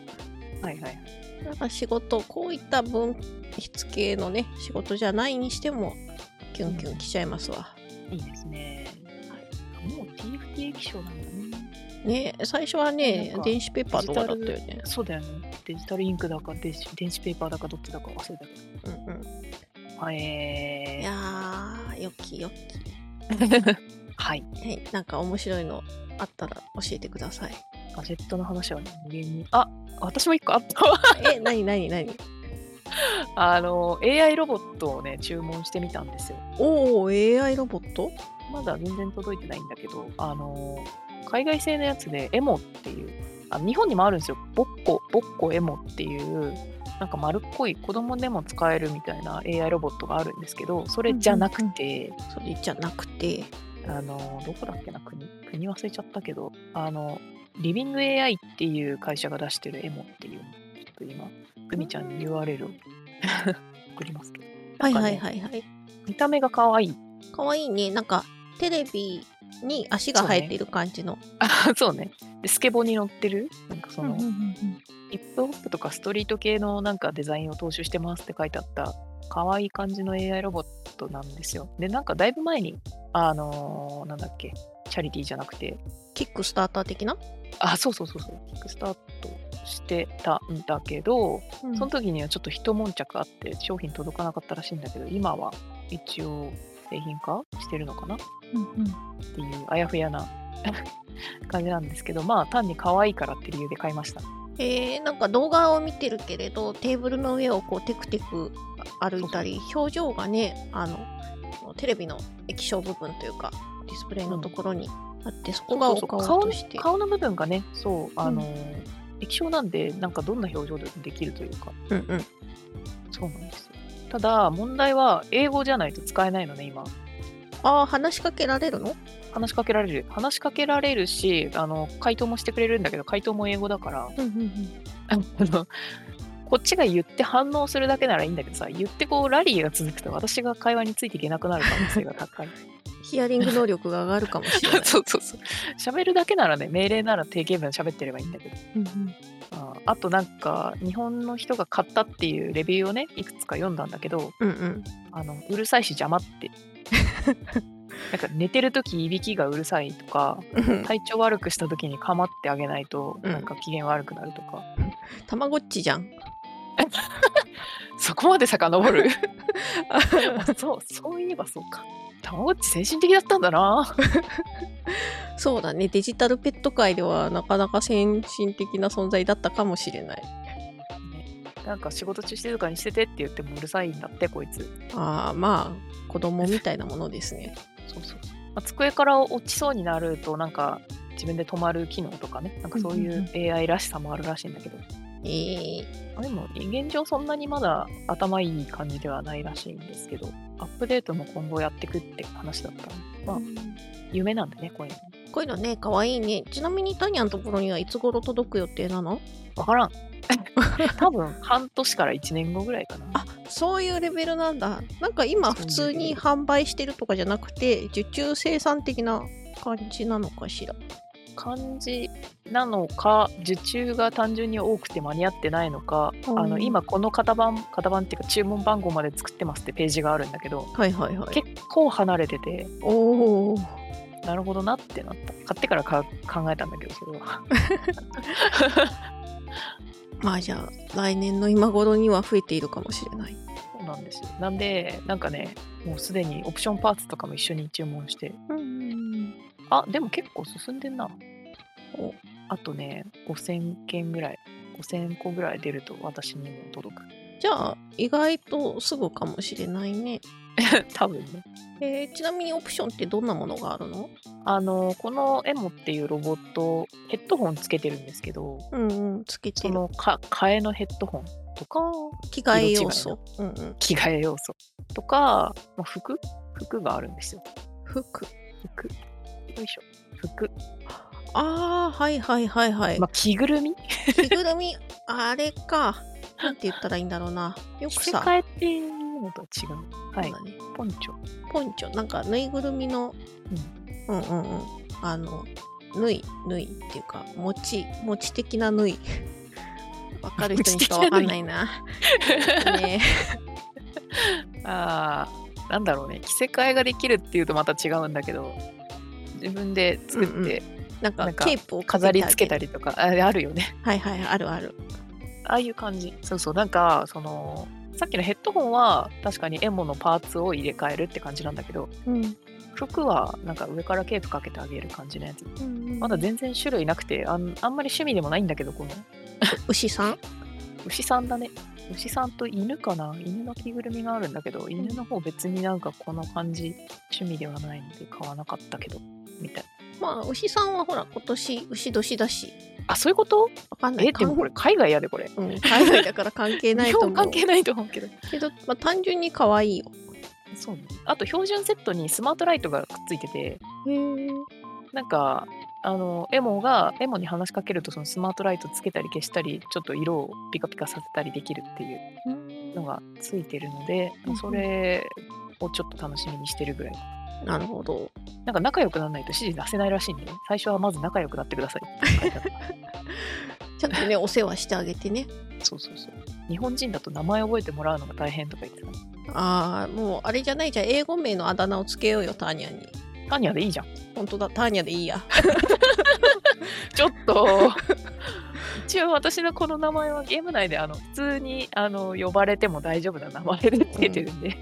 [SPEAKER 2] はいはい。
[SPEAKER 1] なんか仕事、こういった分筆系のね、仕事じゃないにしても、キュンキュンきちゃいますわ。
[SPEAKER 2] いいですね。はい、もう TFT 液晶なんだね。
[SPEAKER 1] ね、最初はね
[SPEAKER 2] なん、か
[SPEAKER 1] 電子ペーパーとかだったよね。
[SPEAKER 2] そうだよね。デジタルインクだか電子、電子ペーパーだかどっちだか忘れたけ
[SPEAKER 1] うんうん
[SPEAKER 2] ど。はいえ
[SPEAKER 1] やー、よきよき。
[SPEAKER 2] ー。はい。
[SPEAKER 1] はい、なんか面白いのあったら教えてください。
[SPEAKER 2] ガジェットの話はね、無限に。あ私も一個あったわ。
[SPEAKER 1] え、なになになに
[SPEAKER 2] あの、AI ロボットをね、注文してみたんですよ。
[SPEAKER 1] おー、AI ロボット
[SPEAKER 2] まだ全然届いてないんだけど、あの、海外製のやつで、エモっていう、あの日本にもあるんですよ。ボッコ、ボッコエモっていう、なんか丸っこい子供でも使えるみたいな AI ロボットがあるんですけど、それじゃなくて、
[SPEAKER 1] それじゃなくて。
[SPEAKER 2] あの、どこだっけな、国、国忘れちゃったけど、あの、リビング AI っていう会社が出してるエモっていう、ちょっと今、グミちゃんに URL を 送りますけど。
[SPEAKER 1] はい
[SPEAKER 2] なんか
[SPEAKER 1] は
[SPEAKER 2] ね
[SPEAKER 1] いはいはい。
[SPEAKER 2] 見た目が可愛い。
[SPEAKER 1] かわいいね。なんか、テレビに足が生えてる感じの。
[SPEAKER 2] あ そうね。で、スケボーに乗ってる、なんかその、ヒ
[SPEAKER 1] う
[SPEAKER 2] ップホップとかストリート系のなんかデザインを踏襲してますって書いてあった、可愛い感じの AI ロボットなんですよ。で、なんかだいぶ前に、あのーなんだっけ、チャリティーじゃなくて、
[SPEAKER 1] キックスターター的な、
[SPEAKER 2] あ、そうそうそうそう、キックスタートしてたんだけど、
[SPEAKER 1] うん
[SPEAKER 2] その時にはちょっと一悶着あって商品届かなかったらしいんだけど今は一応製品化してるのかなっていうあやふやな 感じなんですけどまあ単に可愛いからって理由で買いました
[SPEAKER 1] えー、なんか動画を見てるけれど、テーブルの上をこうテクテク歩いたり、表情がね、あの、テレビの液晶部分というか、ディスプレイのところにあって、そこがお
[SPEAKER 2] そうそう
[SPEAKER 1] 顔として。
[SPEAKER 2] 顔の部分がねそうあのー、液晶なんでなんかどんな表情でもできるというか
[SPEAKER 1] うんうん。
[SPEAKER 2] そうなんですよただ問題は英語じゃないと使えないのね今
[SPEAKER 1] ああ、話しかけられるの
[SPEAKER 2] 話しかけられる話しかけられるしあの回答もしてくれるんだけど回答も英語だから
[SPEAKER 1] うんうん
[SPEAKER 2] あのこっちが言って反応するだけならいいんだけどさ言ってこうラリーが続くと私が会話についていけなくなる可能性が高い
[SPEAKER 1] ヒアリング能力が上がるかもしれない。
[SPEAKER 2] そうそうそう喋るだけならね命令なら定型文喋ってればいいんだけど
[SPEAKER 1] うんうん
[SPEAKER 2] ああとなんか日本の人が買ったっていうレビューをねいくつか読んだんだけど
[SPEAKER 1] うんうん。
[SPEAKER 2] あのうるさいし邪魔って なんか寝てる時いびきがうるさいとか
[SPEAKER 1] うん
[SPEAKER 2] 体調悪くした時に構ってあげないと
[SPEAKER 1] うん
[SPEAKER 2] なんか機嫌悪くなるとか、
[SPEAKER 1] たまごっちじゃん。
[SPEAKER 2] そこまで遡 るあそうそういえばそうか。たまごっち先進的だったんだな。
[SPEAKER 1] そうだね。デジタルペット界ではなかなか先進的な存在だったかもしれない。
[SPEAKER 2] なんか仕事中静かにしててって言ってもうるさいんだってこいつ。
[SPEAKER 1] ああ、まあ、子供みたいなものですね。
[SPEAKER 2] そうそうそうまあ机から落ちそうになるとなんか自分で止まる機能とかねなんかそうい
[SPEAKER 1] ん
[SPEAKER 2] うう AI らしさもあるらしいんだけど、
[SPEAKER 1] ええ
[SPEAKER 2] あでも現状そんなにまだ頭いい感じではないらしいんですけどアップデートも今後やってくって話だったのまあ夢なんでねこういうの
[SPEAKER 1] こういうのね、かわいいね。ちなみにタニアのところにはいつ頃届く予定なの
[SPEAKER 2] わ からん多分半年から1年後ぐらいかな
[SPEAKER 1] あそういうレベルなんだ。なんか今、普通に販売してるとかじゃなくて、受注生産的な感じなのかしら。
[SPEAKER 2] 感じなのか受注が単純に多くて間に合ってないのか、
[SPEAKER 1] うん
[SPEAKER 2] あの今この型番型番っていうか注文番号まで作ってますってページがあるんだけど
[SPEAKER 1] はいはいはい。
[SPEAKER 2] 結構離れてて
[SPEAKER 1] おお。
[SPEAKER 2] なるほどなってなった買ってからか考えたんだけどそれは
[SPEAKER 1] まあじゃあ、来年の今頃には増えているかもしれない。
[SPEAKER 2] そうなんですよなんでなんかねもうすでにオプションパーツとかも一緒に注文して
[SPEAKER 1] うん。
[SPEAKER 2] あでも結構進んでんな
[SPEAKER 1] お
[SPEAKER 2] あとね5000件ぐらい5000個ぐらい出ると私にも届く
[SPEAKER 1] じゃあ、意外とすぐかもしれないね。
[SPEAKER 2] 多分ね
[SPEAKER 1] えーちなみにオプションってどんなものがあるの
[SPEAKER 2] あのこのエモっていうロボットヘッドホンつけてるんですけど
[SPEAKER 1] うんうん、つけて
[SPEAKER 2] そ
[SPEAKER 1] る。
[SPEAKER 2] のか替えのヘッドホンとか
[SPEAKER 1] 着替え要
[SPEAKER 2] 色違
[SPEAKER 1] 素。うんうん。
[SPEAKER 2] 着替え要素とか、まあ、服服があるんですよ
[SPEAKER 1] 服。
[SPEAKER 2] 服よいしょ服、
[SPEAKER 1] ああ、はいはいはいはい。
[SPEAKER 2] まあ、着ぐるみ
[SPEAKER 1] 着ぐるみ、あれか。なんて言ったらいいんだろうな。よ
[SPEAKER 2] 着
[SPEAKER 1] く
[SPEAKER 2] せ
[SPEAKER 1] さ、
[SPEAKER 2] 替えっていうのとは違う。は
[SPEAKER 1] そ
[SPEAKER 2] い
[SPEAKER 1] う。だね
[SPEAKER 2] ポンチョ。
[SPEAKER 1] ポンチョ、なんかぬいぐるみの、うん、うんうんうんあの、縫い、縫いっていうか、餅、餅的な 縫い。わかる人にしかわかんないな。 ね
[SPEAKER 2] ああ、なんだろうね。着せ替えができるっていうとまた違うんだけど、自分で作
[SPEAKER 1] うんう
[SPEAKER 2] っ
[SPEAKER 1] ん
[SPEAKER 2] て
[SPEAKER 1] なんか
[SPEAKER 2] なんか
[SPEAKER 1] ケープを
[SPEAKER 2] 飾り付けた
[SPEAKER 1] り。
[SPEAKER 2] りとか、ああるよね。
[SPEAKER 1] はいはい、あるある。
[SPEAKER 2] ああいう感じ。そうそう。なんか、その、さっきのヘッドホンは確かにエモのパーツを入れ替えるって感じなんだけど、
[SPEAKER 1] うん。
[SPEAKER 2] 服はなんか上からケープかけてあげる感じのやつ。
[SPEAKER 1] ま
[SPEAKER 2] まだ全然種類なくて、あんあんまり趣味でもないんだけど、この
[SPEAKER 1] 牛さん
[SPEAKER 2] 牛さんだね牛さんと犬かな犬の着ぐるみがあるんだけど犬の方別になんかこの感じ趣味ではないので買わなかったけどみたい
[SPEAKER 1] まあ、牛さんはほら、今年、牛年だし、
[SPEAKER 2] あそういうこと
[SPEAKER 1] わかんない。
[SPEAKER 2] えでもこれ海外やでこれ
[SPEAKER 1] うん、海外だから関係ない
[SPEAKER 2] 日
[SPEAKER 1] と思う。
[SPEAKER 2] 本関係ないと思うけど
[SPEAKER 1] けど、まあ、単純に可愛いよ。
[SPEAKER 2] そうねあと標準セットにスマートライトがくっついててなんかあのエモがエモに話しかけるとそのスマートライトつけたり消したりちょっと色をピカピカさせたりできるっていうのがついてるので
[SPEAKER 1] うんうん
[SPEAKER 2] それをちょっと楽しみにしてるぐらい
[SPEAKER 1] なるほど。
[SPEAKER 2] なんか仲良くならないと指示出せないらしいんで、ね、最初はまず仲良くなってくださいって書いてあった
[SPEAKER 1] ちゃんとね、お世話してあげてね。
[SPEAKER 2] そうそうそう。日本人だと名前覚えてもらうのが大変とか言ってたね。
[SPEAKER 1] ああ、もうあれじゃないじゃん。英語名のあだ名をつけようよ、ターニャに。
[SPEAKER 2] タニアでいいじゃん。
[SPEAKER 1] 本当だ、ターニャでいいや。
[SPEAKER 2] ちょっ と一応私のこの名前はゲーム内であの普通にあの呼ばれても大丈夫な名前でつけてるんで、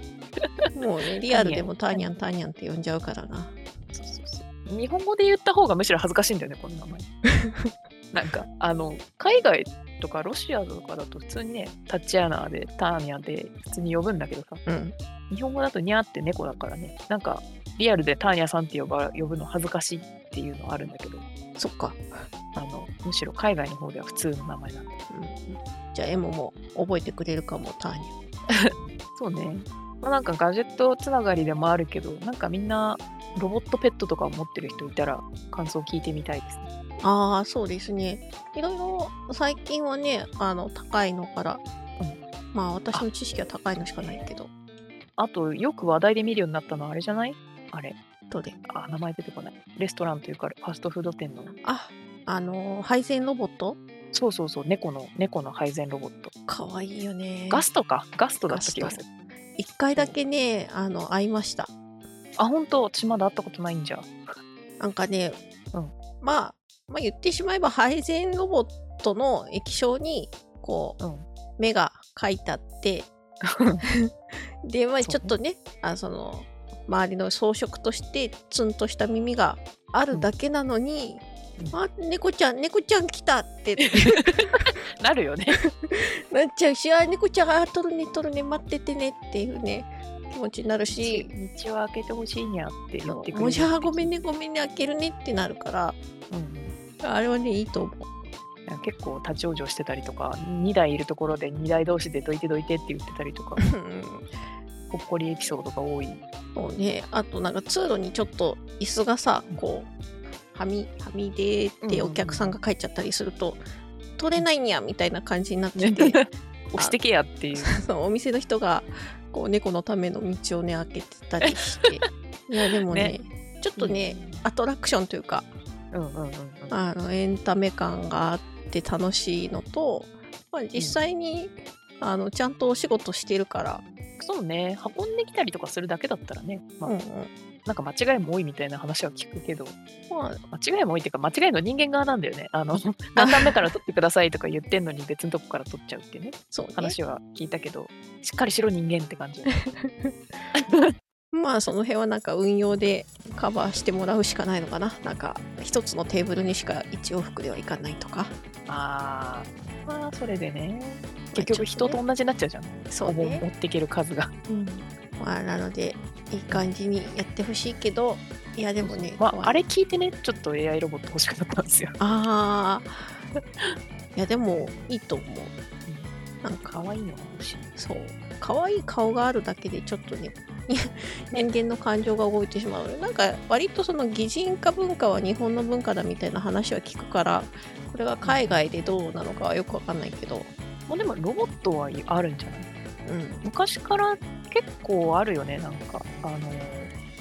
[SPEAKER 1] もう ね、リアルでもターニャン、ターニャンって呼んじゃうからな。
[SPEAKER 2] そうそうそう日本語で言った方がむしろ恥ずかしいんだよねこの名前 なんかあの海外とかロシアとかだと普通にねタッチアナでターニャで普通に呼ぶんだけどさ
[SPEAKER 1] うん。
[SPEAKER 2] 日本語だとニャーって猫だからねなんかリアルでターニャさんって呼ば呼ぶの恥ずかしいっていうのはあるんだけど
[SPEAKER 1] そっか。
[SPEAKER 2] あのむしろ海外の方では普通の名前なんで
[SPEAKER 1] うん、じゃあ、エモも覚えてくれるかも、ターニャ。
[SPEAKER 2] そうね、まあ、なんかガジェットつながりでもあるけどなんかみんなロボットペットとかを持ってる人いたら感想聞いてみたいですね
[SPEAKER 1] ああ、そうですね。いろいろ最近はね、あの、高いのから。まあ、私の知識は高いのしかないけど。
[SPEAKER 2] あとよく話題で見るようになったのはあれじゃないあれ
[SPEAKER 1] どれ
[SPEAKER 2] あ名前出てこないレストランというかファストフード店の
[SPEAKER 1] あ、あのー配膳ロボット
[SPEAKER 2] そうそうそう猫の猫の配膳ロボット
[SPEAKER 1] かわいいよね。
[SPEAKER 2] ガストかガストだった気がする
[SPEAKER 1] 一回だけね、あの、会いました。
[SPEAKER 2] あ本当私まだ会ったことないんじゃ
[SPEAKER 1] なんかね、
[SPEAKER 2] うん
[SPEAKER 1] まあ、まあ言ってしまえば配膳ロボットの液晶にこう、
[SPEAKER 2] うん
[SPEAKER 1] 目が描いてあってで、まあ、
[SPEAKER 2] そうね
[SPEAKER 1] ちょっとねあその周りの装飾としてツンとした耳があるだけなのに「
[SPEAKER 2] うん
[SPEAKER 1] あ猫ちゃん猫ちゃん来た」って
[SPEAKER 2] なるよね
[SPEAKER 1] なっちゃうし「あ猫ちゃんが取るね取るね待っててね」っていうね気持ちになるし。
[SPEAKER 2] 道を開けてほしいにゃって言ってくれる
[SPEAKER 1] もじゃあごめんねごめんね開けるねってなるから
[SPEAKER 2] うんうん
[SPEAKER 1] あれはねいいと思う
[SPEAKER 2] 結構立ち往生してたりとか2台いるところで2台同士でどいてどいてって言ってたりとか
[SPEAKER 1] うん
[SPEAKER 2] ほっこりエピソードが多い
[SPEAKER 1] そうね、あとなんか通路にちょっと椅子がさこうはみはみ出てお客さんが帰っちゃったりすると、取れないにゃみたいな感じになってて
[SPEAKER 2] 押してけやってい う
[SPEAKER 1] そのお店の人がこう猫のための道をね開けてたりして いやでもねちょっとね、アトラクションというか
[SPEAKER 2] うんうんうんうん
[SPEAKER 1] あのエンタメ感があって楽しいのと、まあ、実際に、あのちゃんとお仕事してるから、
[SPEAKER 2] そうね運んできたりとかするだけだったらね、まあ
[SPEAKER 1] うんうん
[SPEAKER 2] なんか間違いも多いみたいな話は聞くけど
[SPEAKER 1] まあ、
[SPEAKER 2] 間違いも多いっていうか間違いの人間側なんだよねあの 何段目から取ってくださいとか言ってんのに別のとこから取っちゃうって いうね
[SPEAKER 1] そうね
[SPEAKER 2] 話は聞いたけどしっかりしろ人間って感じ
[SPEAKER 1] まあその辺はなんか運用でカバーしてもらうしかないのかななんか一つのテーブルにしか一往復ではいかないとか
[SPEAKER 2] あーまあそれでね結局人と同じになっちゃうじゃん、
[SPEAKER 1] そう
[SPEAKER 2] お盆持
[SPEAKER 1] ね、
[SPEAKER 2] っていける数が
[SPEAKER 1] うんまあなのでいい感じにやってほしいけどいやでもね
[SPEAKER 2] ま
[SPEAKER 1] こう
[SPEAKER 2] ああれ聞いてねちょっと AI ロボット欲しくなったんですよ
[SPEAKER 1] あーいやでもいいと思うなん
[SPEAKER 2] 可
[SPEAKER 1] か
[SPEAKER 2] 愛いのが欲しい
[SPEAKER 1] そう可愛い顔があるだけでちょっと ね人間の感情が動いてしまうなんか割とその擬人化文化は日本の文化だみたいな話は聞くからこれが海外でどうなのかはよくわかんないけど
[SPEAKER 2] まあでもロボットはあるんじゃない
[SPEAKER 1] うん
[SPEAKER 2] 昔から結構あるよねなんかあの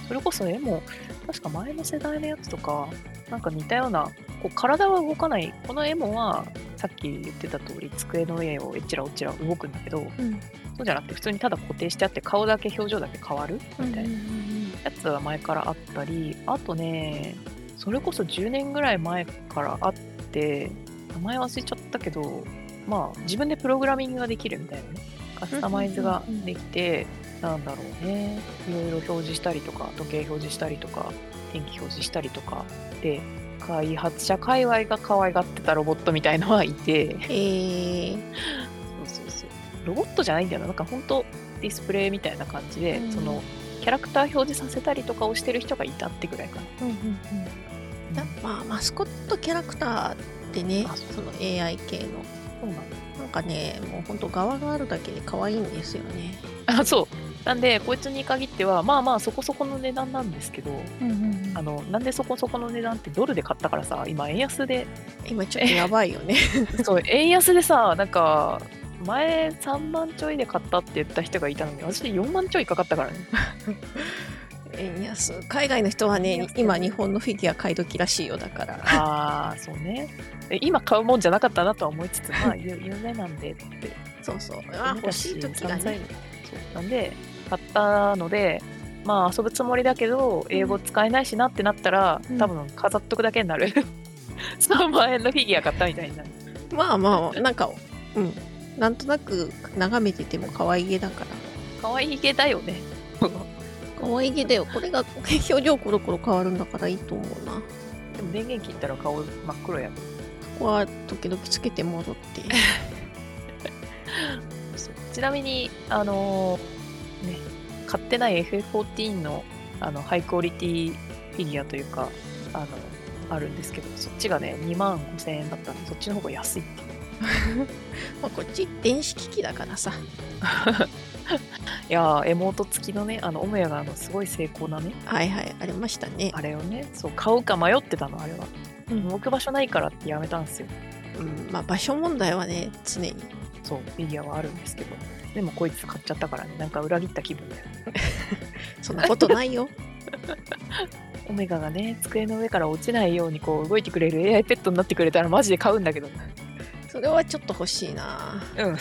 [SPEAKER 2] それこそ絵も確か前の世代のやつとかなんか似たようなこう体は動かないこのエモはさっき言ってた通り机の上をえちらおちら動くんだけど
[SPEAKER 1] うん
[SPEAKER 2] そうじゃなくて普通にただ固定してあって顔だけ表情だけ変わるみたいなやつは前からあったりあとねそれこそ10年ぐらい前からあって名前忘れちゃったけどまあ自分でプログラミングができるみたいなねカスタマイズができて、なんだろうねいろいろ表示したりとか時計表示したりとか天気表示したりとかで開発者界隈が可愛がってたロボットみたいのはいて
[SPEAKER 1] えー
[SPEAKER 2] そうそうそうロボットじゃないんだよななんか本当ディスプレイみたいな感じで、
[SPEAKER 1] うん
[SPEAKER 2] そのキャラクター表示させたりとかをしてる人がいたってぐらいかな、
[SPEAKER 1] やまあマスコットキャラクターってね
[SPEAKER 2] あ
[SPEAKER 1] その AI 系の
[SPEAKER 2] そうなんだ
[SPEAKER 1] なんかねもうほんと側があるだけで可愛いんですよね。
[SPEAKER 2] あそうなんでこいつに限ってはまあまあそこそこの値段なんですけどあのなんでそこそこの値段ってドルで買ったからさ今円安で
[SPEAKER 1] 今ちょっとやばいよね。
[SPEAKER 2] そう円安でさなんか前3万ちょいで買ったって言った人がいたのに私4万ちょいかかったからね
[SPEAKER 1] 円安海外の人は
[SPEAKER 2] 円
[SPEAKER 1] ね
[SPEAKER 2] 安
[SPEAKER 1] 今日本のフィギュア買い時らしいよだから
[SPEAKER 2] ああそう ねえ今買うもんじゃなかったなとは思いつつまあゆ 夢なんでって
[SPEAKER 1] そうそうあ欲しい時がね
[SPEAKER 2] 散々そうなんで買ったのでまあ遊ぶつもりだけど英語使えないしなってなったら、
[SPEAKER 1] うん
[SPEAKER 2] 多分飾っとくだけになる 3万円のフィギュア買ったみたいになる
[SPEAKER 1] まあまあなんかうんなんとなく眺めてても可愛げだから
[SPEAKER 2] 可愛いげだよね
[SPEAKER 1] 可愛げだよこれが表情コロコロ変わるんだからいいと思うな
[SPEAKER 2] でも電源切ったら顔真っ黒や
[SPEAKER 1] ここは時々つけて戻って
[SPEAKER 2] そうちなみにあのーね買ってない FF14 のあのハイクオリティフィギュアというかあのあるんですけどそっちがね2万5000円だったんでそっちの方が安いっていう
[SPEAKER 1] まあこっち電子機器だからさ
[SPEAKER 2] いやー妹付きのねあのオムヤがあのすごい成功なね
[SPEAKER 1] はいはいありましたね
[SPEAKER 2] あれをねそう買うか迷ってたのあれは、
[SPEAKER 1] うん
[SPEAKER 2] 動く場所ないからってやめたんですよ
[SPEAKER 1] うんまあ場所問題はね常に
[SPEAKER 2] そうフィギュアはあるんですけどでもこいつ買っちゃったからねなんか裏切った気分だよ
[SPEAKER 1] そんなことない よ
[SPEAKER 2] オメガがね机の上から落ちないようにこう動いてくれる AI ペットになってくれたらマジで買うんだけど
[SPEAKER 1] それはちょっと欲しいな
[SPEAKER 2] うん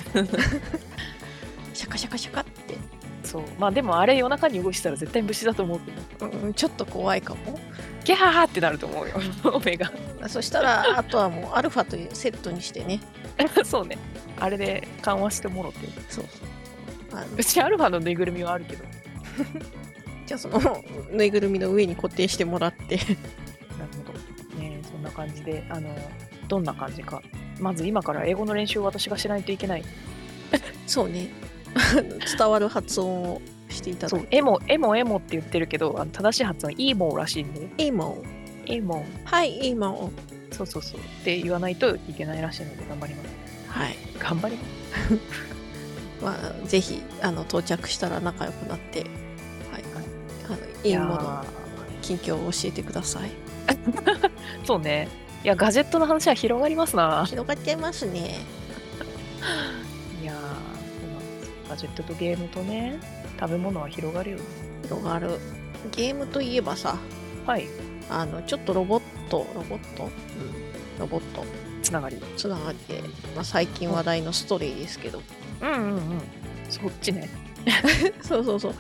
[SPEAKER 1] シャカシャカシャカって、
[SPEAKER 2] そうまあでもあれ夜中に動いてたら絶対無視だと思うけど
[SPEAKER 1] うん、ちょっと怖いかも
[SPEAKER 2] ギャーってなると思うよ オメガ
[SPEAKER 1] そしたらあとはもうアルファというセットにしてね
[SPEAKER 2] そうねあれで緩和してもろって
[SPEAKER 1] そうそうあ の
[SPEAKER 2] うちアルファのぬいぐるみはあるけど
[SPEAKER 1] じゃあそのぬいぐるみの上に固定してもらって
[SPEAKER 2] なるほど。ねえそんな感じで、あの、どんな感じか。まず今から英語の練習を私がしないといけない。
[SPEAKER 1] そうねあの 伝わる発音をしていただ
[SPEAKER 2] そ
[SPEAKER 1] いうて、
[SPEAKER 2] エモ、エモ、エモって言ってるけど、あの正しい発音、イーモーらしいんで、
[SPEAKER 1] 今を
[SPEAKER 2] エモ、
[SPEAKER 1] はい今を
[SPEAKER 2] そうそうそうって言わないといけないらしいので、頑張ります。
[SPEAKER 1] はい
[SPEAKER 2] 頑張ります。
[SPEAKER 1] まあぜひあの到着したら仲良くなってはいあのいいもの近況を教えてください
[SPEAKER 2] の。そうね。いや、ガジェットの話は広がりますな。
[SPEAKER 1] 広がっちゃいますね
[SPEAKER 2] いやー、そうなんですよガジェットとゲームとね、食べ物は広がるよね。
[SPEAKER 1] 広がるゲームといえばさ
[SPEAKER 2] はい、
[SPEAKER 1] あのちょっとロボットロボット、うん、ロボット
[SPEAKER 2] つながり。
[SPEAKER 1] つながって、まあ、最近話題のストレイですけど、
[SPEAKER 2] うんうんうん。そっちね。
[SPEAKER 1] そうそうそう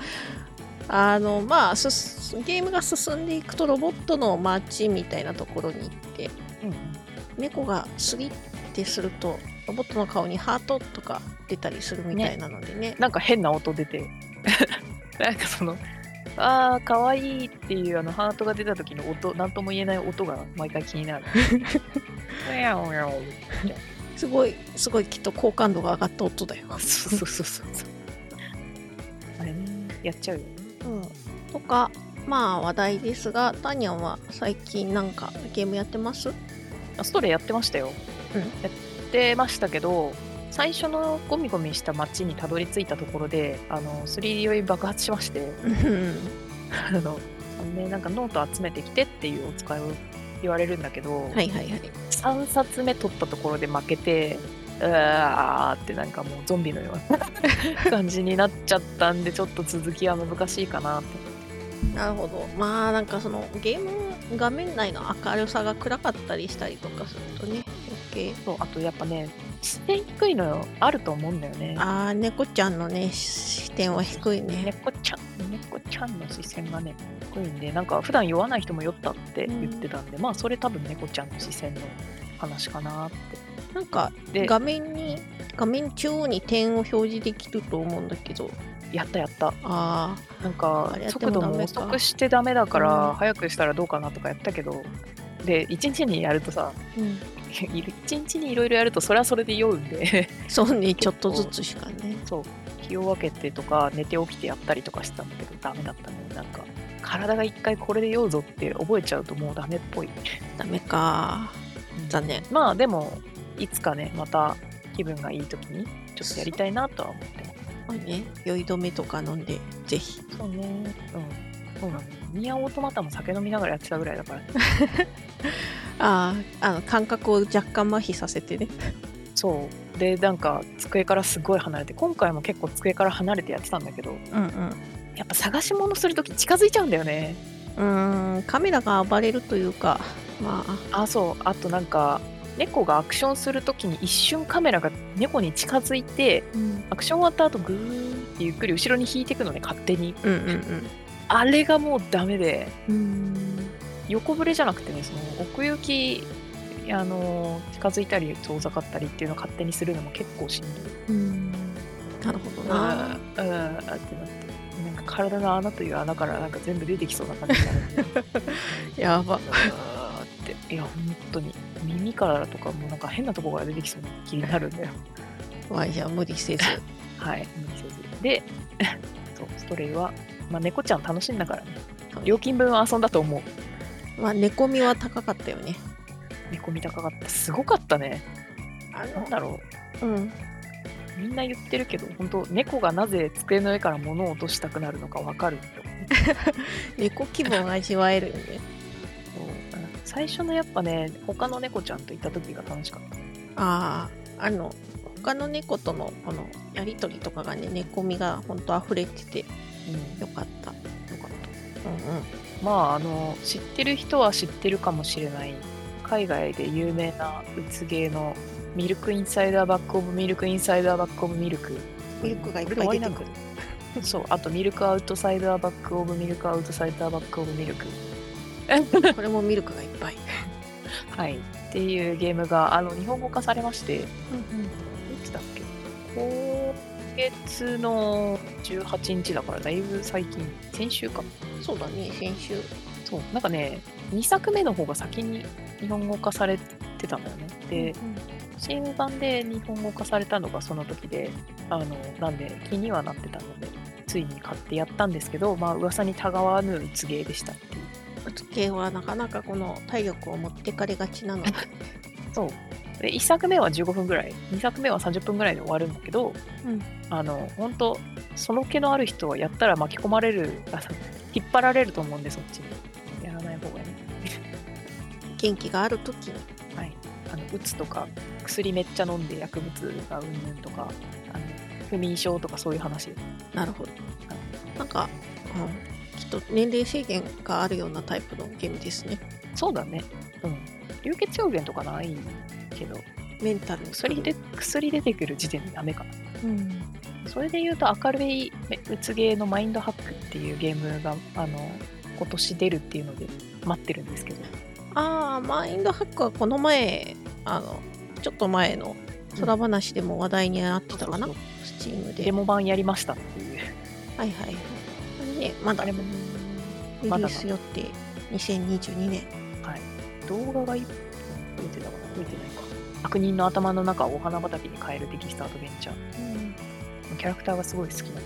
[SPEAKER 1] あのまあすすゲームが進んでいくとロボットの街みたいなところに行って
[SPEAKER 2] うんうん。
[SPEAKER 1] 猫がスリってするとロボットの顔にハートとか出たりするみたいなのでね
[SPEAKER 2] なんか変な音出て なんかそのあー可愛いっていうあのハートが出た時の音何とも言えない音が毎回気に なるうやおやお
[SPEAKER 1] すごいすごいきっと好感度が上がった音 だよ。
[SPEAKER 2] そうそうそうそうあれねやっちゃうよね
[SPEAKER 1] うん、とかまあ話題ですがタニャンは最近なんかゲームやってます
[SPEAKER 2] あストレイやってましたよ、
[SPEAKER 1] うん
[SPEAKER 2] やってましたけど最初のゴミゴミした街にたどり着いたところであの 3D 酔い爆発しまして あの、ね、なんかノート集めてきてっていうお使いを言われるんだけど、
[SPEAKER 1] はいはいはい。
[SPEAKER 2] 3冊目取ったところで負けてうわーってなんかもうゾンビのような感じになっちゃったんでちょっと続きは難しいかなって
[SPEAKER 1] なるほどまあなんかそのゲーム画面内の明るさが暗かったりしたりとかするとね余計
[SPEAKER 2] そうあとやっぱね視点低いのよあると思うんだよね
[SPEAKER 1] ああ猫ちゃんのね視点は低いね
[SPEAKER 2] 猫ちゃん猫ちゃんの視線がね低いんでなんか普段酔わない人も酔ったって言ってたんで、まあそれ多分猫ちゃんの視線の話かなって
[SPEAKER 1] なんか
[SPEAKER 2] で
[SPEAKER 1] 画面に画面中央に点を表示できると思うんだけど
[SPEAKER 2] やったやった
[SPEAKER 1] ああ
[SPEAKER 2] なん
[SPEAKER 1] あ
[SPEAKER 2] か
[SPEAKER 1] れやっても
[SPEAKER 2] 速度
[SPEAKER 1] ダメ
[SPEAKER 2] も
[SPEAKER 1] か
[SPEAKER 2] 遅くしてダメだか
[SPEAKER 1] うん
[SPEAKER 2] ら早くしたらどうかなとかやったけどで1日にやるとさ
[SPEAKER 1] うん
[SPEAKER 2] 1日 にいろいろやるとそれはそれで酔うんで
[SPEAKER 1] そうねちょっとずつしかね
[SPEAKER 2] そう日を分けてとか寝て起きてやったりとかしてたんだけどダメだったねなんか体が一回これで酔うぞって覚えちゃうともうダメっぽい
[SPEAKER 1] ダメか残念
[SPEAKER 2] まあでもいつかねまた気分がいい時にちょっとやりたいなとは思ってます
[SPEAKER 1] まあね酔い止めとか飲んでぜひ
[SPEAKER 2] そうねうんそうなのニアオートマタも酒飲みながらやってたぐらいだから
[SPEAKER 1] あああの感覚を若干麻痺させてね
[SPEAKER 2] そうでなんか机からすごい離れて今回も結構机から離れてやってたんだけど
[SPEAKER 1] うん
[SPEAKER 2] やっぱ探し物する時近づいちゃうんだよね
[SPEAKER 1] うんうーんカメラが暴れるというかまあ
[SPEAKER 2] あそうあとなんか猫がアクションする時に一瞬カメラが猫に近づいて
[SPEAKER 1] うん
[SPEAKER 2] アクション終わった後グーンってゆっくり後ろに引いてくのね勝手に
[SPEAKER 1] うんうん
[SPEAKER 2] あれがもうダメで
[SPEAKER 1] うん
[SPEAKER 2] 横ぶれじゃなくてねその奥行きあの近づいたり遠ざかったりっていうのを勝手にするのも結構しんどい
[SPEAKER 1] うんなるほど
[SPEAKER 2] うん
[SPEAKER 1] な
[SPEAKER 2] あーってなってなんか体の穴という穴からなんか全部出てきそうな感じになるんで
[SPEAKER 1] やば
[SPEAKER 2] あー っていや本当に耳からとかもなんか変なとこから出てきそうな気になるんだよ
[SPEAKER 1] わいじゃあ無理 せず
[SPEAKER 2] はい無理せずで そうストレイは、まあ、猫ちゃん楽しんだからね料金分は遊んだと思う
[SPEAKER 1] まあ寝込みは高かったよね
[SPEAKER 2] 猫見高かったすごかったね
[SPEAKER 1] あ
[SPEAKER 2] なんだろ
[SPEAKER 1] うん
[SPEAKER 2] うみんな言ってるけど本当猫がなぜ机の上から物を落としたくなるのかわかるって思う
[SPEAKER 1] 猫気分を味わえるよね
[SPEAKER 2] そううん最初のやっぱね他の猫ちゃんといた時が楽しかった
[SPEAKER 1] あああの他の猫とのこのやりとりとかがね寝込みがほんと溢れててよかったう
[SPEAKER 2] よかった
[SPEAKER 1] んうん
[SPEAKER 2] まああの知ってる人は知ってるかもしれない海外で有名なうつ芸のミルクインサイダーバックオブミルクインサイダーバックオブミルク
[SPEAKER 1] ミルクがいっぱい出てくる
[SPEAKER 2] そうあとミルクアウトサイダーバックオブミルクアウトサイダーバックオブミルク
[SPEAKER 1] これもミルクがいっぱい、
[SPEAKER 2] はいっていうゲームがあの日本語化されましていつだっけ今月の18日だからだいぶ最近先週か
[SPEAKER 1] そうだね先週
[SPEAKER 2] そうなんかね2作目の方が先に日本語化されてたんだよねで新版で日本語化されたのがその時であのなんで気にはなってたのでついに買ってやったんですけどまあ噂にたがわぬうつ芸でしたっていう
[SPEAKER 1] うつ系はなかなかこの体力を持ってかれがちなので
[SPEAKER 2] そうで1作目は15分ぐらい2作目は30分ぐらいで終わるんだけど、
[SPEAKER 1] うん
[SPEAKER 2] あの本当その気のある人はやったら巻き込まれるあそう引っ張られると思うんでそっちにやらない方がいい
[SPEAKER 1] 元気がある時に
[SPEAKER 2] はい、あのうつとか薬めっちゃ飲んで薬物がうんぬんとかあの不眠症とかそういう話
[SPEAKER 1] なるほどなんか、うん、きっと年齢制限があるようなタイプのゲームですね
[SPEAKER 2] そうだねうん流血表現とかないけど
[SPEAKER 1] メンタルに
[SPEAKER 2] 薬で薬出てくる時点でダメかな
[SPEAKER 1] うん
[SPEAKER 2] それで言うと明るいうつゲーのマインドハックっていうゲームがあの今年出るっていうので待ってるんですけど
[SPEAKER 1] ああマインドハックはこの前あのちょっと前の空話でも話題になってたかな、
[SPEAKER 2] そう
[SPEAKER 1] スチームで
[SPEAKER 2] デモ版やりましたっていう
[SPEAKER 1] はいはいあれねまだ
[SPEAKER 2] あ
[SPEAKER 1] リ
[SPEAKER 2] れ
[SPEAKER 1] リ
[SPEAKER 2] もまだ
[SPEAKER 1] ー
[SPEAKER 2] だ
[SPEAKER 1] ス予定2022年
[SPEAKER 2] 動画が一本見てたかな見てないか悪人の頭の中をお花畑に変えるテキストアドベンチャー
[SPEAKER 1] うん
[SPEAKER 2] キャラクターがすごい好きなんで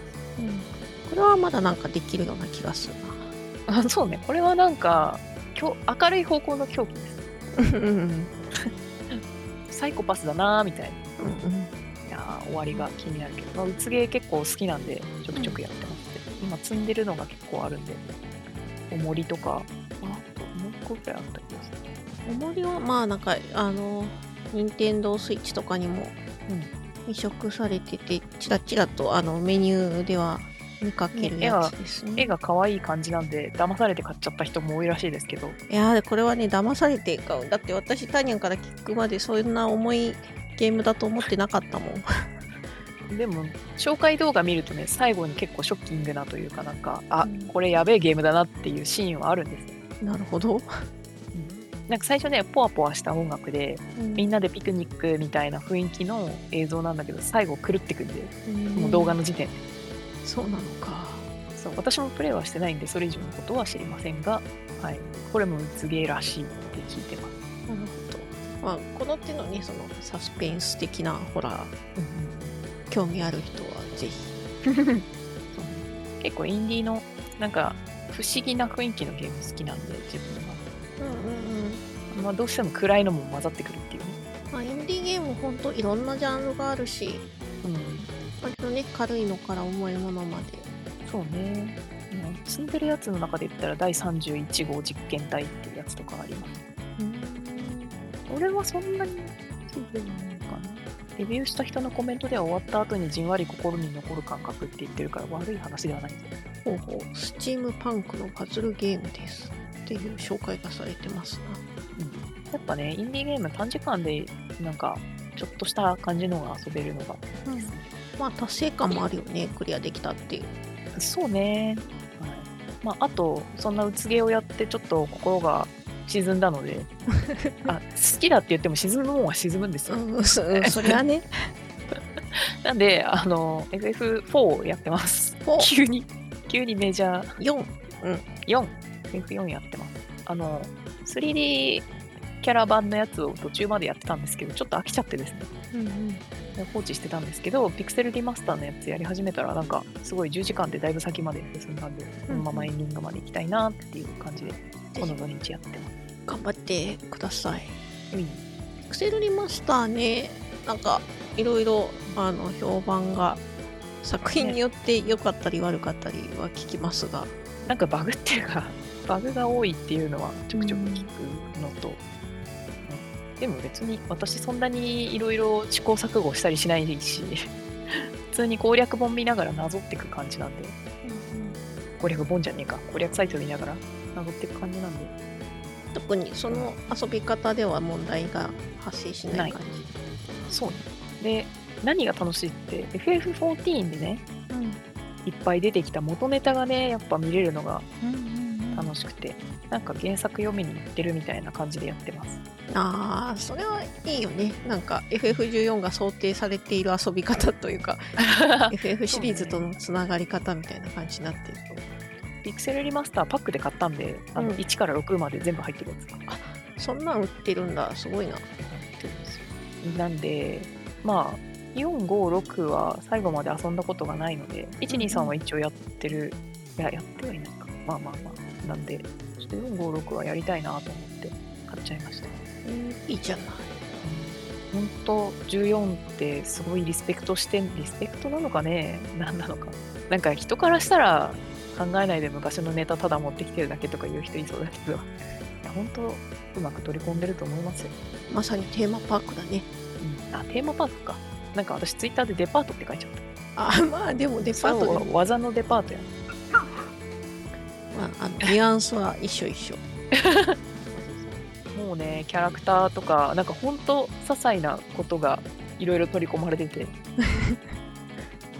[SPEAKER 1] これはまだなんかできるような気がする
[SPEAKER 2] す。そうね、これはなんか、狂明るい方向の狂気です。
[SPEAKER 1] な。うんうん
[SPEAKER 2] サイコパスだなーみたいな。
[SPEAKER 1] うん
[SPEAKER 2] いやー終わりが気になるけど、まあ、うつ芸結構好きなんで、ちょくちょくやってますけど、今積んでるのが結構あるんで、おもりとか、あともう一個ぐらいあった気がする。
[SPEAKER 1] おもりはまあなんかあの任天堂スイッチとかにも移植されててちらちらとあのメニューでは見かけるやつですね。
[SPEAKER 2] 絵が可愛い感じなんで騙されて買っちゃった人も多いらしいですけど
[SPEAKER 1] いやーこれはね騙されて買うだって私タニャンから聞くまでそんな重いゲームだと思ってなかったもん
[SPEAKER 2] でも紹介動画見るとね最後に結構ショッキングなというかなんかあ
[SPEAKER 1] うん
[SPEAKER 2] これやべえゲームだなっていうシーンはあるんですよ
[SPEAKER 1] なるほど、
[SPEAKER 2] なんか最初ねポワポワした音楽でみん
[SPEAKER 1] な
[SPEAKER 2] なでピクニックみたいな雰囲気の映像なんだけど最後狂ってくんでもう動画の時点で、
[SPEAKER 1] そうなのか
[SPEAKER 2] そう私もプレイはしてないんでそれ以上のことは知りませんが、はい、これもうつげらしいって聞いてます、
[SPEAKER 1] なるほど、まあ、この手のねそのサスペンス的なホラー興味ある人はぜひ
[SPEAKER 2] そう結構インディーのなんか不思議な雰囲気のゲーム好きなんで自分は、
[SPEAKER 1] うんうんうん
[SPEAKER 2] まあ、どうしても暗いのも混ざってくるっていうね、
[SPEAKER 1] まあ、インディーゲームほんといろんなジャンルがあるし割とね軽いのから重いものまで
[SPEAKER 2] そうね積んでるやつの中で言ったら第31号実験体っていうやつとかあります俺はそんなについてないかなレビューした人のコメントでは終わった後にじんわり心に残る感覚って言ってるから悪い話ではないんです
[SPEAKER 1] ほうほうスチームパンクのパズルゲームですっていう紹介がされてますな
[SPEAKER 2] やっぱねインディーゲーム短時間でなんかちょっとした感じのが遊べるのが
[SPEAKER 1] まあ達成感もあるよねクリアできたっていう
[SPEAKER 2] そうね、はいまあ、あとそんなうつげをやってちょっと心が沈んだ のであ好きだって言っても沈むもんは沈むんですよ、
[SPEAKER 1] うんそうんそれは ね
[SPEAKER 2] なんであの FF4 をやってます
[SPEAKER 1] お
[SPEAKER 2] 急に急にメジャー
[SPEAKER 1] 4
[SPEAKER 2] 4 F4 やってますあの 3D キャラ版のやつを途中までやってたんですけどちょっと飽きちゃってですね放置してたんですけどピクセルリマスターのやつやり始めたらなんかすごい10時間でだいぶ先まで進んだんでこのままエンディングまで行きたいなっていう感じでこの土日やってます
[SPEAKER 1] 頑張ってください
[SPEAKER 2] うん
[SPEAKER 1] ピクセルリマスターねなんかいろいろあの評判が作品によって良かったり悪かったりは聞きますが、
[SPEAKER 2] なんかバグっていうか バグが多いっていうのはちょくちょく聞くのと、うんでも別に私そんなにいろいろ試行錯誤したりしないし 普通に攻略本見ながらなぞっていく感じなんで攻略本じゃねえか攻略サイト見ながらなぞっていく感じなんで
[SPEAKER 1] 特にその遊び方では問題が発生しない感
[SPEAKER 2] そうねで何が楽しいって FF14 でね
[SPEAKER 1] じ、うん
[SPEAKER 2] いっぱい出てきた元ネタがねやっぱ見れるのが
[SPEAKER 1] あの
[SPEAKER 2] 楽しくてなんか原作読みに行ってるみたいな感じでやっ てます
[SPEAKER 1] あーそれはいいよねなんか FF14 が想定されている遊び方というか FF シリーズとのつながり方みたいな感じになってる
[SPEAKER 2] ピクセルリマスターパックで買ったんで、あの
[SPEAKER 1] うん
[SPEAKER 2] 1から6まで全部入ってるやつが入
[SPEAKER 1] そんなん売ってるんだすごいな
[SPEAKER 2] ってるんですよ。なんで、まあ、4、5、6は最後まで遊んだことがないので、1、2、3は一応やってる、いや、やってはいないか。まあまあまあ。なんで、ちょっと4、5、6はやりたいなと思って買っちゃいました。
[SPEAKER 1] いいじゃない
[SPEAKER 2] 本当14ってすごいリスペクトしてリスペクトなのかね何なのかなんか人からしたら考えないで昔のネタただ持ってきてるだけとか言う人いそうだけどいや本当うまく取り込んでると思いますよ、
[SPEAKER 1] まさにテーマパークだね
[SPEAKER 2] うん、あテーマパークかなんか私ツイッターでデパートって書いちゃった
[SPEAKER 1] あ まあでもデパート
[SPEAKER 2] そ
[SPEAKER 1] で
[SPEAKER 2] れは技のデパートや
[SPEAKER 1] まあ、あのニュアンスは一緒一緒
[SPEAKER 2] もうねキャラクターとかなんか本当些細なことがいろいろ取り込まれてて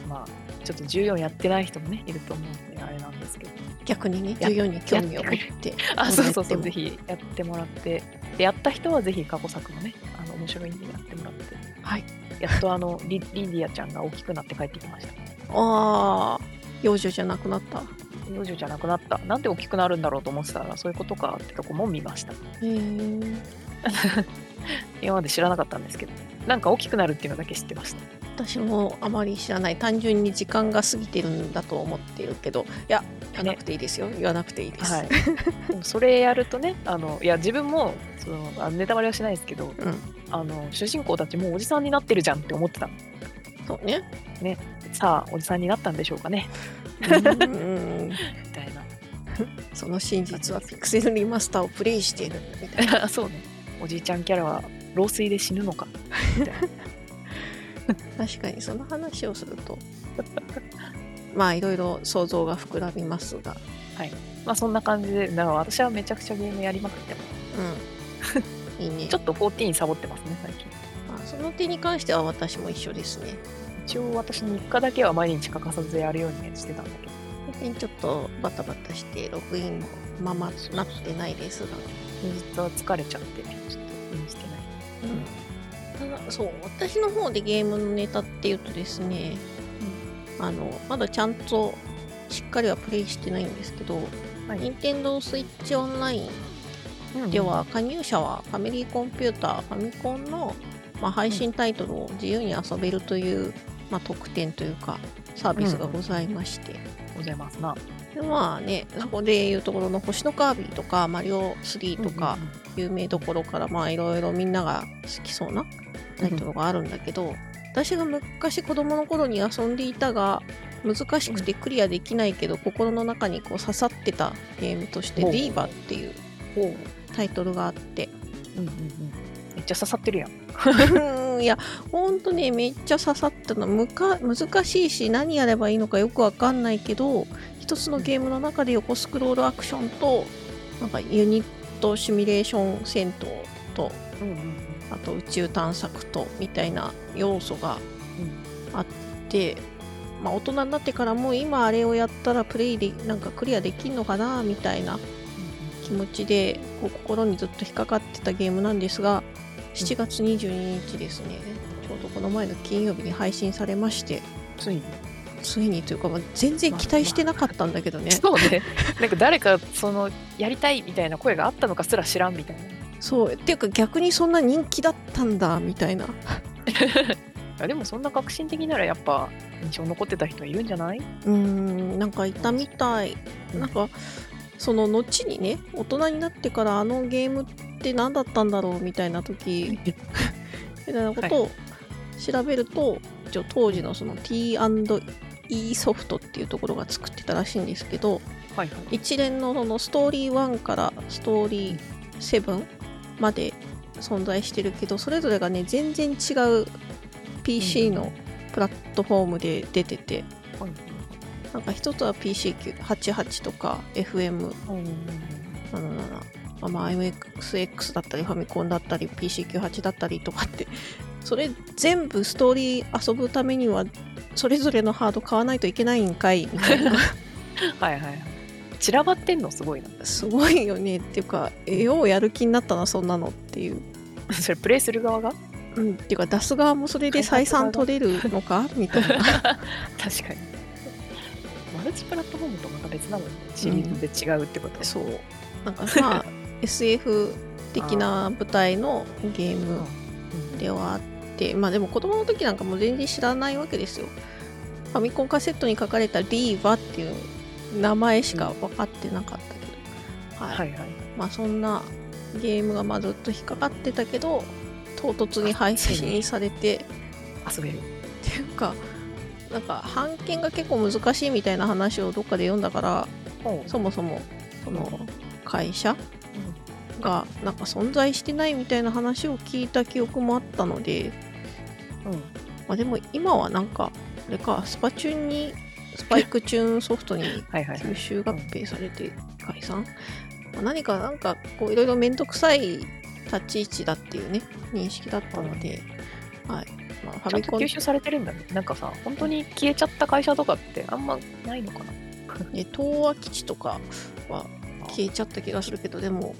[SPEAKER 2] まあちょっと14やってない人もねいると思うんであれなんですけど
[SPEAKER 1] 逆にね
[SPEAKER 2] や
[SPEAKER 1] 14に興味を持って
[SPEAKER 2] あ、そうそうそう、
[SPEAKER 1] もらっ
[SPEAKER 2] ぜ
[SPEAKER 1] て
[SPEAKER 2] ひやってもらって、でやった人はぜひ過去作もね、あの面白いんでやってもらって、
[SPEAKER 1] はい、
[SPEAKER 2] やっとあのリリディアちゃんが大きくなって帰ってきました。
[SPEAKER 1] ああ幼女じゃなくなった
[SPEAKER 2] 幼女じゃなくなった、なんで大きくなるんだろうと思ってたら、そういうことかってとこも見ました。
[SPEAKER 1] へえ
[SPEAKER 2] 今まで知らなかったんですけど、なんか大きくなるっていうのだけ知ってました。
[SPEAKER 1] 私もあまり知らない単純に時間が過ぎてるんだと思ってるけどいや言わなくていいですよ、言わなくていいです、
[SPEAKER 2] はい、でもそれやるとね、あのいや自分もそのあネタバレはしないですけど、
[SPEAKER 1] うん
[SPEAKER 2] あの主人公たちもうおじさんになってるじゃんって思ってたの。
[SPEAKER 1] そう ね
[SPEAKER 2] さあおじさんになったんでしょうかね
[SPEAKER 1] うーん
[SPEAKER 2] みたいな。
[SPEAKER 1] その真実はピクセルリマスターをプレイしているみ たいな
[SPEAKER 2] あそうねおじいちゃんキャラは老衰で死ぬのかみたいな
[SPEAKER 1] 確かにその話をすると まあいろいろ想像が膨らみますが
[SPEAKER 2] まあそんな感じで、だから私はめちゃくちゃゲームやりまくってます。
[SPEAKER 1] うんいいね
[SPEAKER 2] ちょっと14サボってますね、最近。
[SPEAKER 1] あその点に関しては私も一緒ですね
[SPEAKER 2] 一応私日課だけは毎日欠かさずやるようにしてたんだけど。
[SPEAKER 1] 最近ちょっとバタバタしてログインもままなってないですが、
[SPEAKER 2] 平日は疲れちゃって、ちょっと見してない。
[SPEAKER 1] ただそう私の方でゲームのネタっていうとですね、あのまだちゃんとしっかりはプレイしてないんですけど、
[SPEAKER 2] はい
[SPEAKER 1] 任天堂スイッチオンラインでは加入者はファミリーコンピューターファミコンの、まあ、配信タイトルを自由に遊べるという、まあ、特典というかサービスがございまして、
[SPEAKER 2] ございますな。
[SPEAKER 1] でまあねそこでいうところの「星のカービィ」とか「マリオ3」とか、有名どころからまあいろいろみんなが好きそうなタイトルがあるんだけど、私が昔子供の頃に遊んでいたが難しくてクリアできないけど、心の中にこう刺さってたゲームとして「
[SPEAKER 2] ほう
[SPEAKER 1] ディーバ」っていう
[SPEAKER 2] うんうんうん、ほ
[SPEAKER 1] タイトルがあって
[SPEAKER 2] う。うんうんうん。めっちゃ刺さってるやん。
[SPEAKER 1] うんいやほんとねめっちゃ刺さったのむか難しいし何やればいいのかよくわかんないけど一つのゲームの中で横スクロールアクションとなんかユニットシミュレーション戦闘と
[SPEAKER 2] うんうんうん。
[SPEAKER 1] あと宇宙探索とみたいな要素があって、まあ、大人になってからも今あれをやったらプレイでなんかクリアできんのかなみたいな気持ちでこう心にずっと引っかかってたゲームなんですが7月22日ですねちょうどこの前の金曜日に配信されまして
[SPEAKER 2] ついに。
[SPEAKER 1] ついにというか、まあ、全然期待してなかったんだけどね、
[SPEAKER 2] そうね。 なんか誰か、その、やりたいみたいな声があったのかすら知らんみたいな。
[SPEAKER 1] そうっていうか逆にそんな人気だったんだみたいな
[SPEAKER 2] あでもそんな革新的ならやっぱ印象残ってた人いるんじゃないう
[SPEAKER 1] ーんなんかいたみたいなんかその後にね大人になってからあのゲームって何だったんだろうみたいな時みたいなことを調べると、一応当時のその T&E ソフトっていうところが作ってたらしいんですけど
[SPEAKER 2] はいはい。
[SPEAKER 1] 一連のそのストーリー1からストーリー7まで存在してるけどそれぞれがね全然違う PC のプラットフォームで出てて、
[SPEAKER 2] はい
[SPEAKER 1] なんか一つは PC88 とか FM77、
[SPEAKER 2] はい。うんうん
[SPEAKER 1] まあ、まあ MXX だったりファミコンだったり PC98 だったりとかってそれ全部ストーリー遊ぶためにはそれぞれのハード買わないといけないんかいみたいな
[SPEAKER 2] うんはいはいはい。散らばってんのすごいな。
[SPEAKER 1] すごいよねっていうかえようやる気になったなそんなのっていう、
[SPEAKER 2] それプレイする側が
[SPEAKER 1] うん、っていうか出す側もそれで採算取れるのかみたいな
[SPEAKER 2] 確かに。マルチプラットフォームとまた別なのにシリーズで違うってこと、
[SPEAKER 1] そうなんかまあ SF 的な舞台のゲーム
[SPEAKER 2] うん
[SPEAKER 1] ではあってまあでも子供の時なんかもう全然知らないわけですよファミコンカセットに書かれた「ディーバ」っていう名前しか分かってなかったけど、はい
[SPEAKER 2] はいはい。
[SPEAKER 1] まあそんなゲームがまあずっと引っかかってたけど唐突に配信されて
[SPEAKER 2] 遊べる。
[SPEAKER 1] っていうかなんか版権が結構難しいみたいな話をどっかで読んだからそもそもその会社がなんか存在してないみたいな話を聞いた記憶もあったので
[SPEAKER 2] うん。
[SPEAKER 1] まあ、でも今はなんかあれかスパチューンにスパイクチューンソフトに
[SPEAKER 2] はいはいはい。
[SPEAKER 1] 吸収合併されて解散、まあ、何かなんかこういろいろ面倒くさい立ち位置だっていうね認識だったので、はいまあ、ファ
[SPEAKER 2] ちゃん
[SPEAKER 1] ミ
[SPEAKER 2] と
[SPEAKER 1] コン
[SPEAKER 2] 吸収されてるんだね。なんかさ、本当に消えちゃった会社とかってあんまないのかな。
[SPEAKER 1] ね東和基地とかは消えちゃった気がするけどでも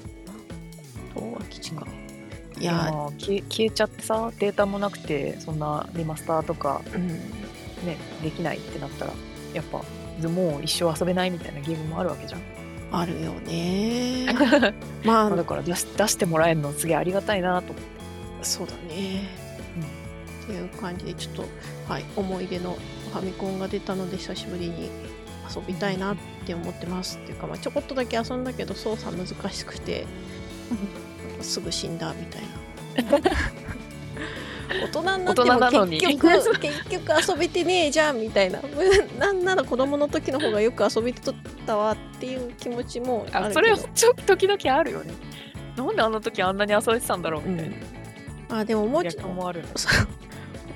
[SPEAKER 1] 東和基地かい
[SPEAKER 2] で
[SPEAKER 1] や
[SPEAKER 2] も消え消えちゃってさ、データもなくて、そんなリマスターとか
[SPEAKER 1] ーうん
[SPEAKER 2] ね、できないってなったらやっぱもう一生遊べないみたいなゲームもあるわけじゃん、
[SPEAKER 1] あるよねま
[SPEAKER 2] まあ
[SPEAKER 1] あ
[SPEAKER 2] だから出し出してもらえるのすげえありがたいなと思って
[SPEAKER 1] そうだね、っていう感じでちょっと、はい、思い出のファミコンが出たので久しぶりに遊びたいなって思ってますっていうか、まあ、ちょこっとだけ遊んだけど操作難しくてすぐ死んだみたいな 大人にな
[SPEAKER 2] 大人な
[SPEAKER 1] って
[SPEAKER 2] の
[SPEAKER 1] も
[SPEAKER 2] に
[SPEAKER 1] 結局結局遊べてねえじゃんみたいな なんなら子供の時の方がよく遊べてたわっていう気持ちもあ
[SPEAKER 2] あ
[SPEAKER 1] る
[SPEAKER 2] そ
[SPEAKER 1] け
[SPEAKER 2] れ
[SPEAKER 1] ど
[SPEAKER 2] はちょっと時々あるよねなんであの時あんなに遊べてたんだろう
[SPEAKER 1] う
[SPEAKER 2] みたい
[SPEAKER 1] ん、あでもも
[SPEAKER 2] な
[SPEAKER 1] うちょっと
[SPEAKER 2] 逆もあるの
[SPEAKER 1] そう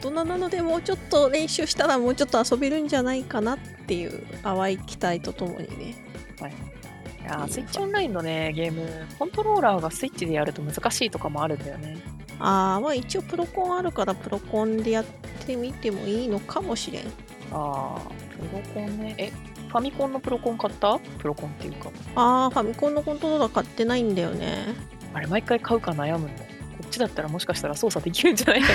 [SPEAKER 1] 大人なのでもうちょっと練習したらもうちょっと遊べるんじゃないかなっていう淡い期待とともにね
[SPEAKER 2] はいいやースイッチオンラインのねゲームコントローラーがスイッチでやると難しいとかもあるんだよね
[SPEAKER 1] ああまあ一応プロコンあるからプロコンでやってみてもいいのかもしれん
[SPEAKER 2] ああプロコンねえファミコンのプロコン買ったプロコンっていうか
[SPEAKER 1] あーファミコンのコントローラー買ってないんだよね
[SPEAKER 2] あれ毎回買うか悩むのこっちだったらもしかしたら操作できるんじゃ ないか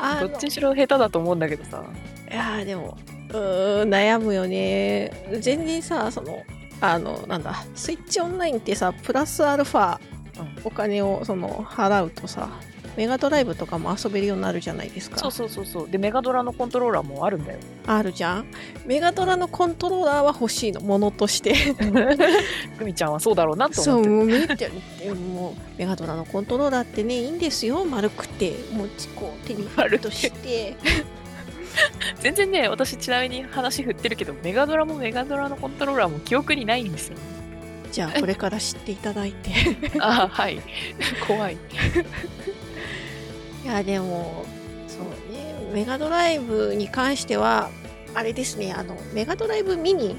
[SPEAKER 1] あ
[SPEAKER 2] どっちにしろ下手だと思うんだけどさ
[SPEAKER 1] いやーでもうーん悩むよね全然さそのあのなんだスイッチオンラインってさプラスアルファ
[SPEAKER 2] うん
[SPEAKER 1] お金をその払うとさメガドライブとかも遊べるようになるじゃないですか
[SPEAKER 2] そうそうそうそうでメガドラのコントローラーもあるんだよ
[SPEAKER 1] あるじゃんメガドラのコントローラーは欲しいのものとして
[SPEAKER 2] グミちゃんはそうだろうなと
[SPEAKER 1] そ
[SPEAKER 2] 思
[SPEAKER 1] う
[SPEAKER 2] って
[SPEAKER 1] もうめっちゃもうメガドラのコントローラーってねいいんですよ丸くて持ちこう手にパルとして
[SPEAKER 2] 全然ね私ちなみに話振ってるけどメガドラもメガドラのコントローラーも記憶にないん ですよ
[SPEAKER 1] じゃあこれから知っていただいて
[SPEAKER 2] あーはい 怖い
[SPEAKER 1] いやでもそうねメガドライブに関してはあれですねあのメガドライブミニ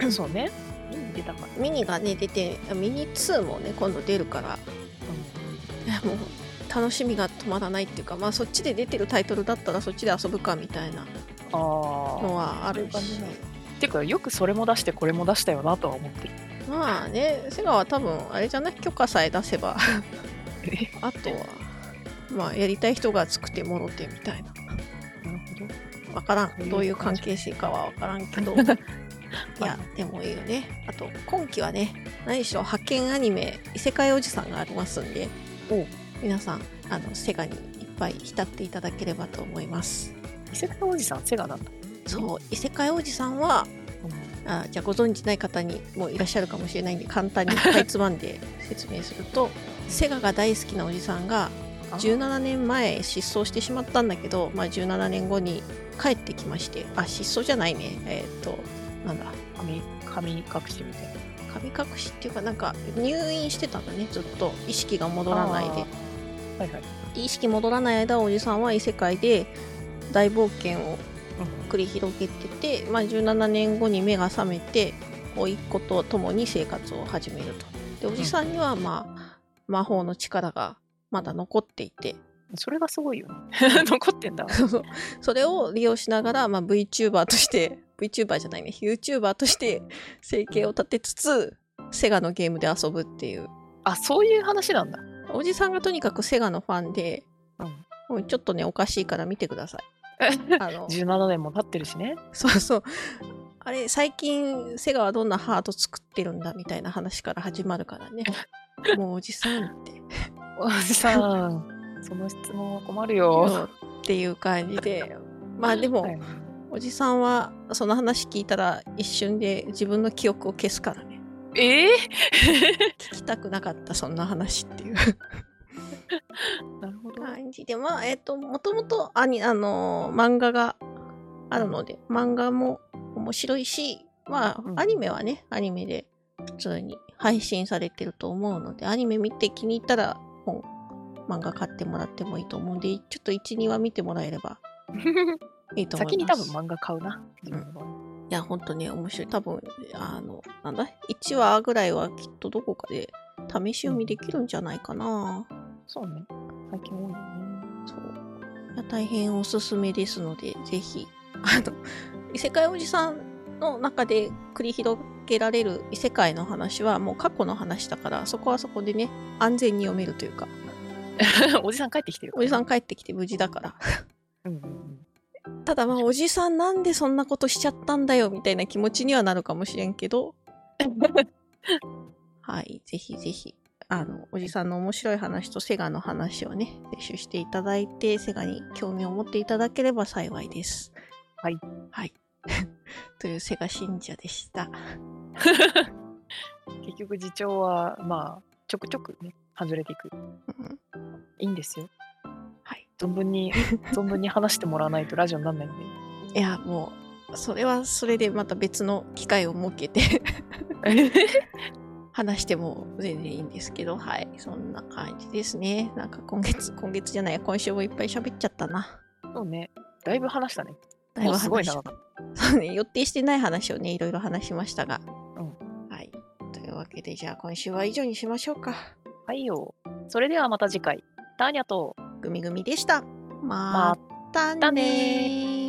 [SPEAKER 2] うんそうねうん出たから
[SPEAKER 1] ミニがね出てミニ2もね今度出るからいやもう楽しみが止まらないっていうかまあそっちで出てるタイトルだったらそっちで遊ぶかみたいな
[SPEAKER 2] あー
[SPEAKER 1] のはあるし
[SPEAKER 2] そういう感じなのてかよくそれも出してこれも出したよなとは思ってる
[SPEAKER 1] まあねセガは多分あれじゃない許可さえ出せばあとはまあやりたい人が作ってもろてみたいな
[SPEAKER 2] なるほど
[SPEAKER 1] わから
[SPEAKER 2] そうい
[SPEAKER 1] ん
[SPEAKER 2] う
[SPEAKER 1] どういう関係性か はわからんけどいやでもいいよねあと今期はね何しろ派遣アニメ「異世界おじさん」がありますんで
[SPEAKER 2] おう
[SPEAKER 1] 皆さんあのセガにいっぱい浸っていただければと思います
[SPEAKER 2] 伊勢海おじさんセガなんだ、
[SPEAKER 1] そう異世界おじさんはあじゃあご存じない方にもいらっしゃるかもしれないんで簡単にかいつまんで説明するとセガが大好きなおじさんが
[SPEAKER 2] あ
[SPEAKER 1] 17年前失踪してしまったんだけど、まあ、17年後に帰ってきましてあ失踪じゃないねえーっとなんだ
[SPEAKER 2] 神神隠しみたいな
[SPEAKER 1] 神隠しっていうかなんか入院してたんだねずっと意識が戻らないで
[SPEAKER 2] あーはいはい、
[SPEAKER 1] で意識戻らない間おじさんは異世界で大冒険を繰り広げてて、まあ、17年後に目が覚めて甥っ子と共に生活を始めるとでおじさんには、まあ、魔法の力がまだ残っていて
[SPEAKER 2] それがすごいよね 残ってんだ
[SPEAKER 1] それを利用しながら、まあ、VTuber として VTuber じゃないね YouTuber として生計を立てつつセガのゲームで遊ぶっていう
[SPEAKER 2] あそういう話なんだ
[SPEAKER 1] おじさんがとにかくセガのファンで、もうちょっとねおかしいから見てくださ いあの
[SPEAKER 2] 17年も経ってるしね
[SPEAKER 1] そうそう。あれ、最近、セガはどんなハート作ってるんだみたいな話から始まるから ね。もうおじさんって。
[SPEAKER 2] おじさんその質問は困る
[SPEAKER 1] そ
[SPEAKER 2] よ、
[SPEAKER 1] うっていう感じで。まあでも、
[SPEAKER 2] はい
[SPEAKER 1] おじさんは、その話聞いたら一瞬で自分の記憶を消すからね。
[SPEAKER 2] ええ
[SPEAKER 1] 聞きたくなかった、そんな話っていう
[SPEAKER 2] なるほど、
[SPEAKER 1] 感じで。まあ、えっ、と、もともと、あに、あのー漫画があるので、漫画も面白いし、まあ
[SPEAKER 2] う、ん
[SPEAKER 1] アニメはね、アニメで普通に配信されてると思うので、アニメ見て気に入ったら、本、漫画買ってもらってもいいと思うんで、ちょっと1、2話見てもらえればいいと思います。
[SPEAKER 2] 先に多分漫画買うな、
[SPEAKER 1] いや、ほんとね、面白い。多分、あの、なんだ、1話ぐらいはきっとどこかで試し読みできるんじゃないかな。
[SPEAKER 2] そうね最近多いよね
[SPEAKER 1] そう。いや大変おすすめですので、ぜひ、あの、異世界おじさんの中で繰り広げられる異世界の話はもう過去の話だから、そこはそこでね、安全に読めるというか、
[SPEAKER 2] おじさん帰ってきてる
[SPEAKER 1] おじさ
[SPEAKER 2] ん、
[SPEAKER 1] ん帰ってきて無事だから。
[SPEAKER 2] うんうんうん
[SPEAKER 1] ただまあ、おじさんなんでそんなことしちゃったんだよ、みたいな気持ちにはなるかもしれんけど、 はい、ぜひぜひ、あの、おじさんの面白い話とセガの話をね、摂取していただいて、セガに興味を持っていただければ幸いです。
[SPEAKER 2] はい。
[SPEAKER 1] はい。 というセガ信者でした。
[SPEAKER 2] 結局次長はまあちょくちょくね外れていく
[SPEAKER 1] うん
[SPEAKER 2] いいんですよ
[SPEAKER 1] はい。
[SPEAKER 2] 存分 に存分に話してもらわないとラジオにならないんで
[SPEAKER 1] いや、も う、それはそれでまた別の機会を設けて
[SPEAKER 2] え
[SPEAKER 1] 話しても全然いいんですけど、はい。そんな感じですね。なんか今月、今月じゃない、今週もいっぱい喋っちゃったな。
[SPEAKER 2] そうね。だいぶ話したね。
[SPEAKER 1] だいぶ
[SPEAKER 2] もうすごい
[SPEAKER 1] 話し
[SPEAKER 2] 長かっ
[SPEAKER 1] そうね、 予定してない話をね、いろいろ話しましたが。
[SPEAKER 2] う
[SPEAKER 1] はい。というわけで、じゃあ今週は以上にしましょうか。
[SPEAKER 2] た。はいよ。それではまた次回。ターニャと。
[SPEAKER 1] グミグミでした。
[SPEAKER 2] ま
[SPEAKER 1] またね
[SPEAKER 2] たね
[SPEAKER 1] ー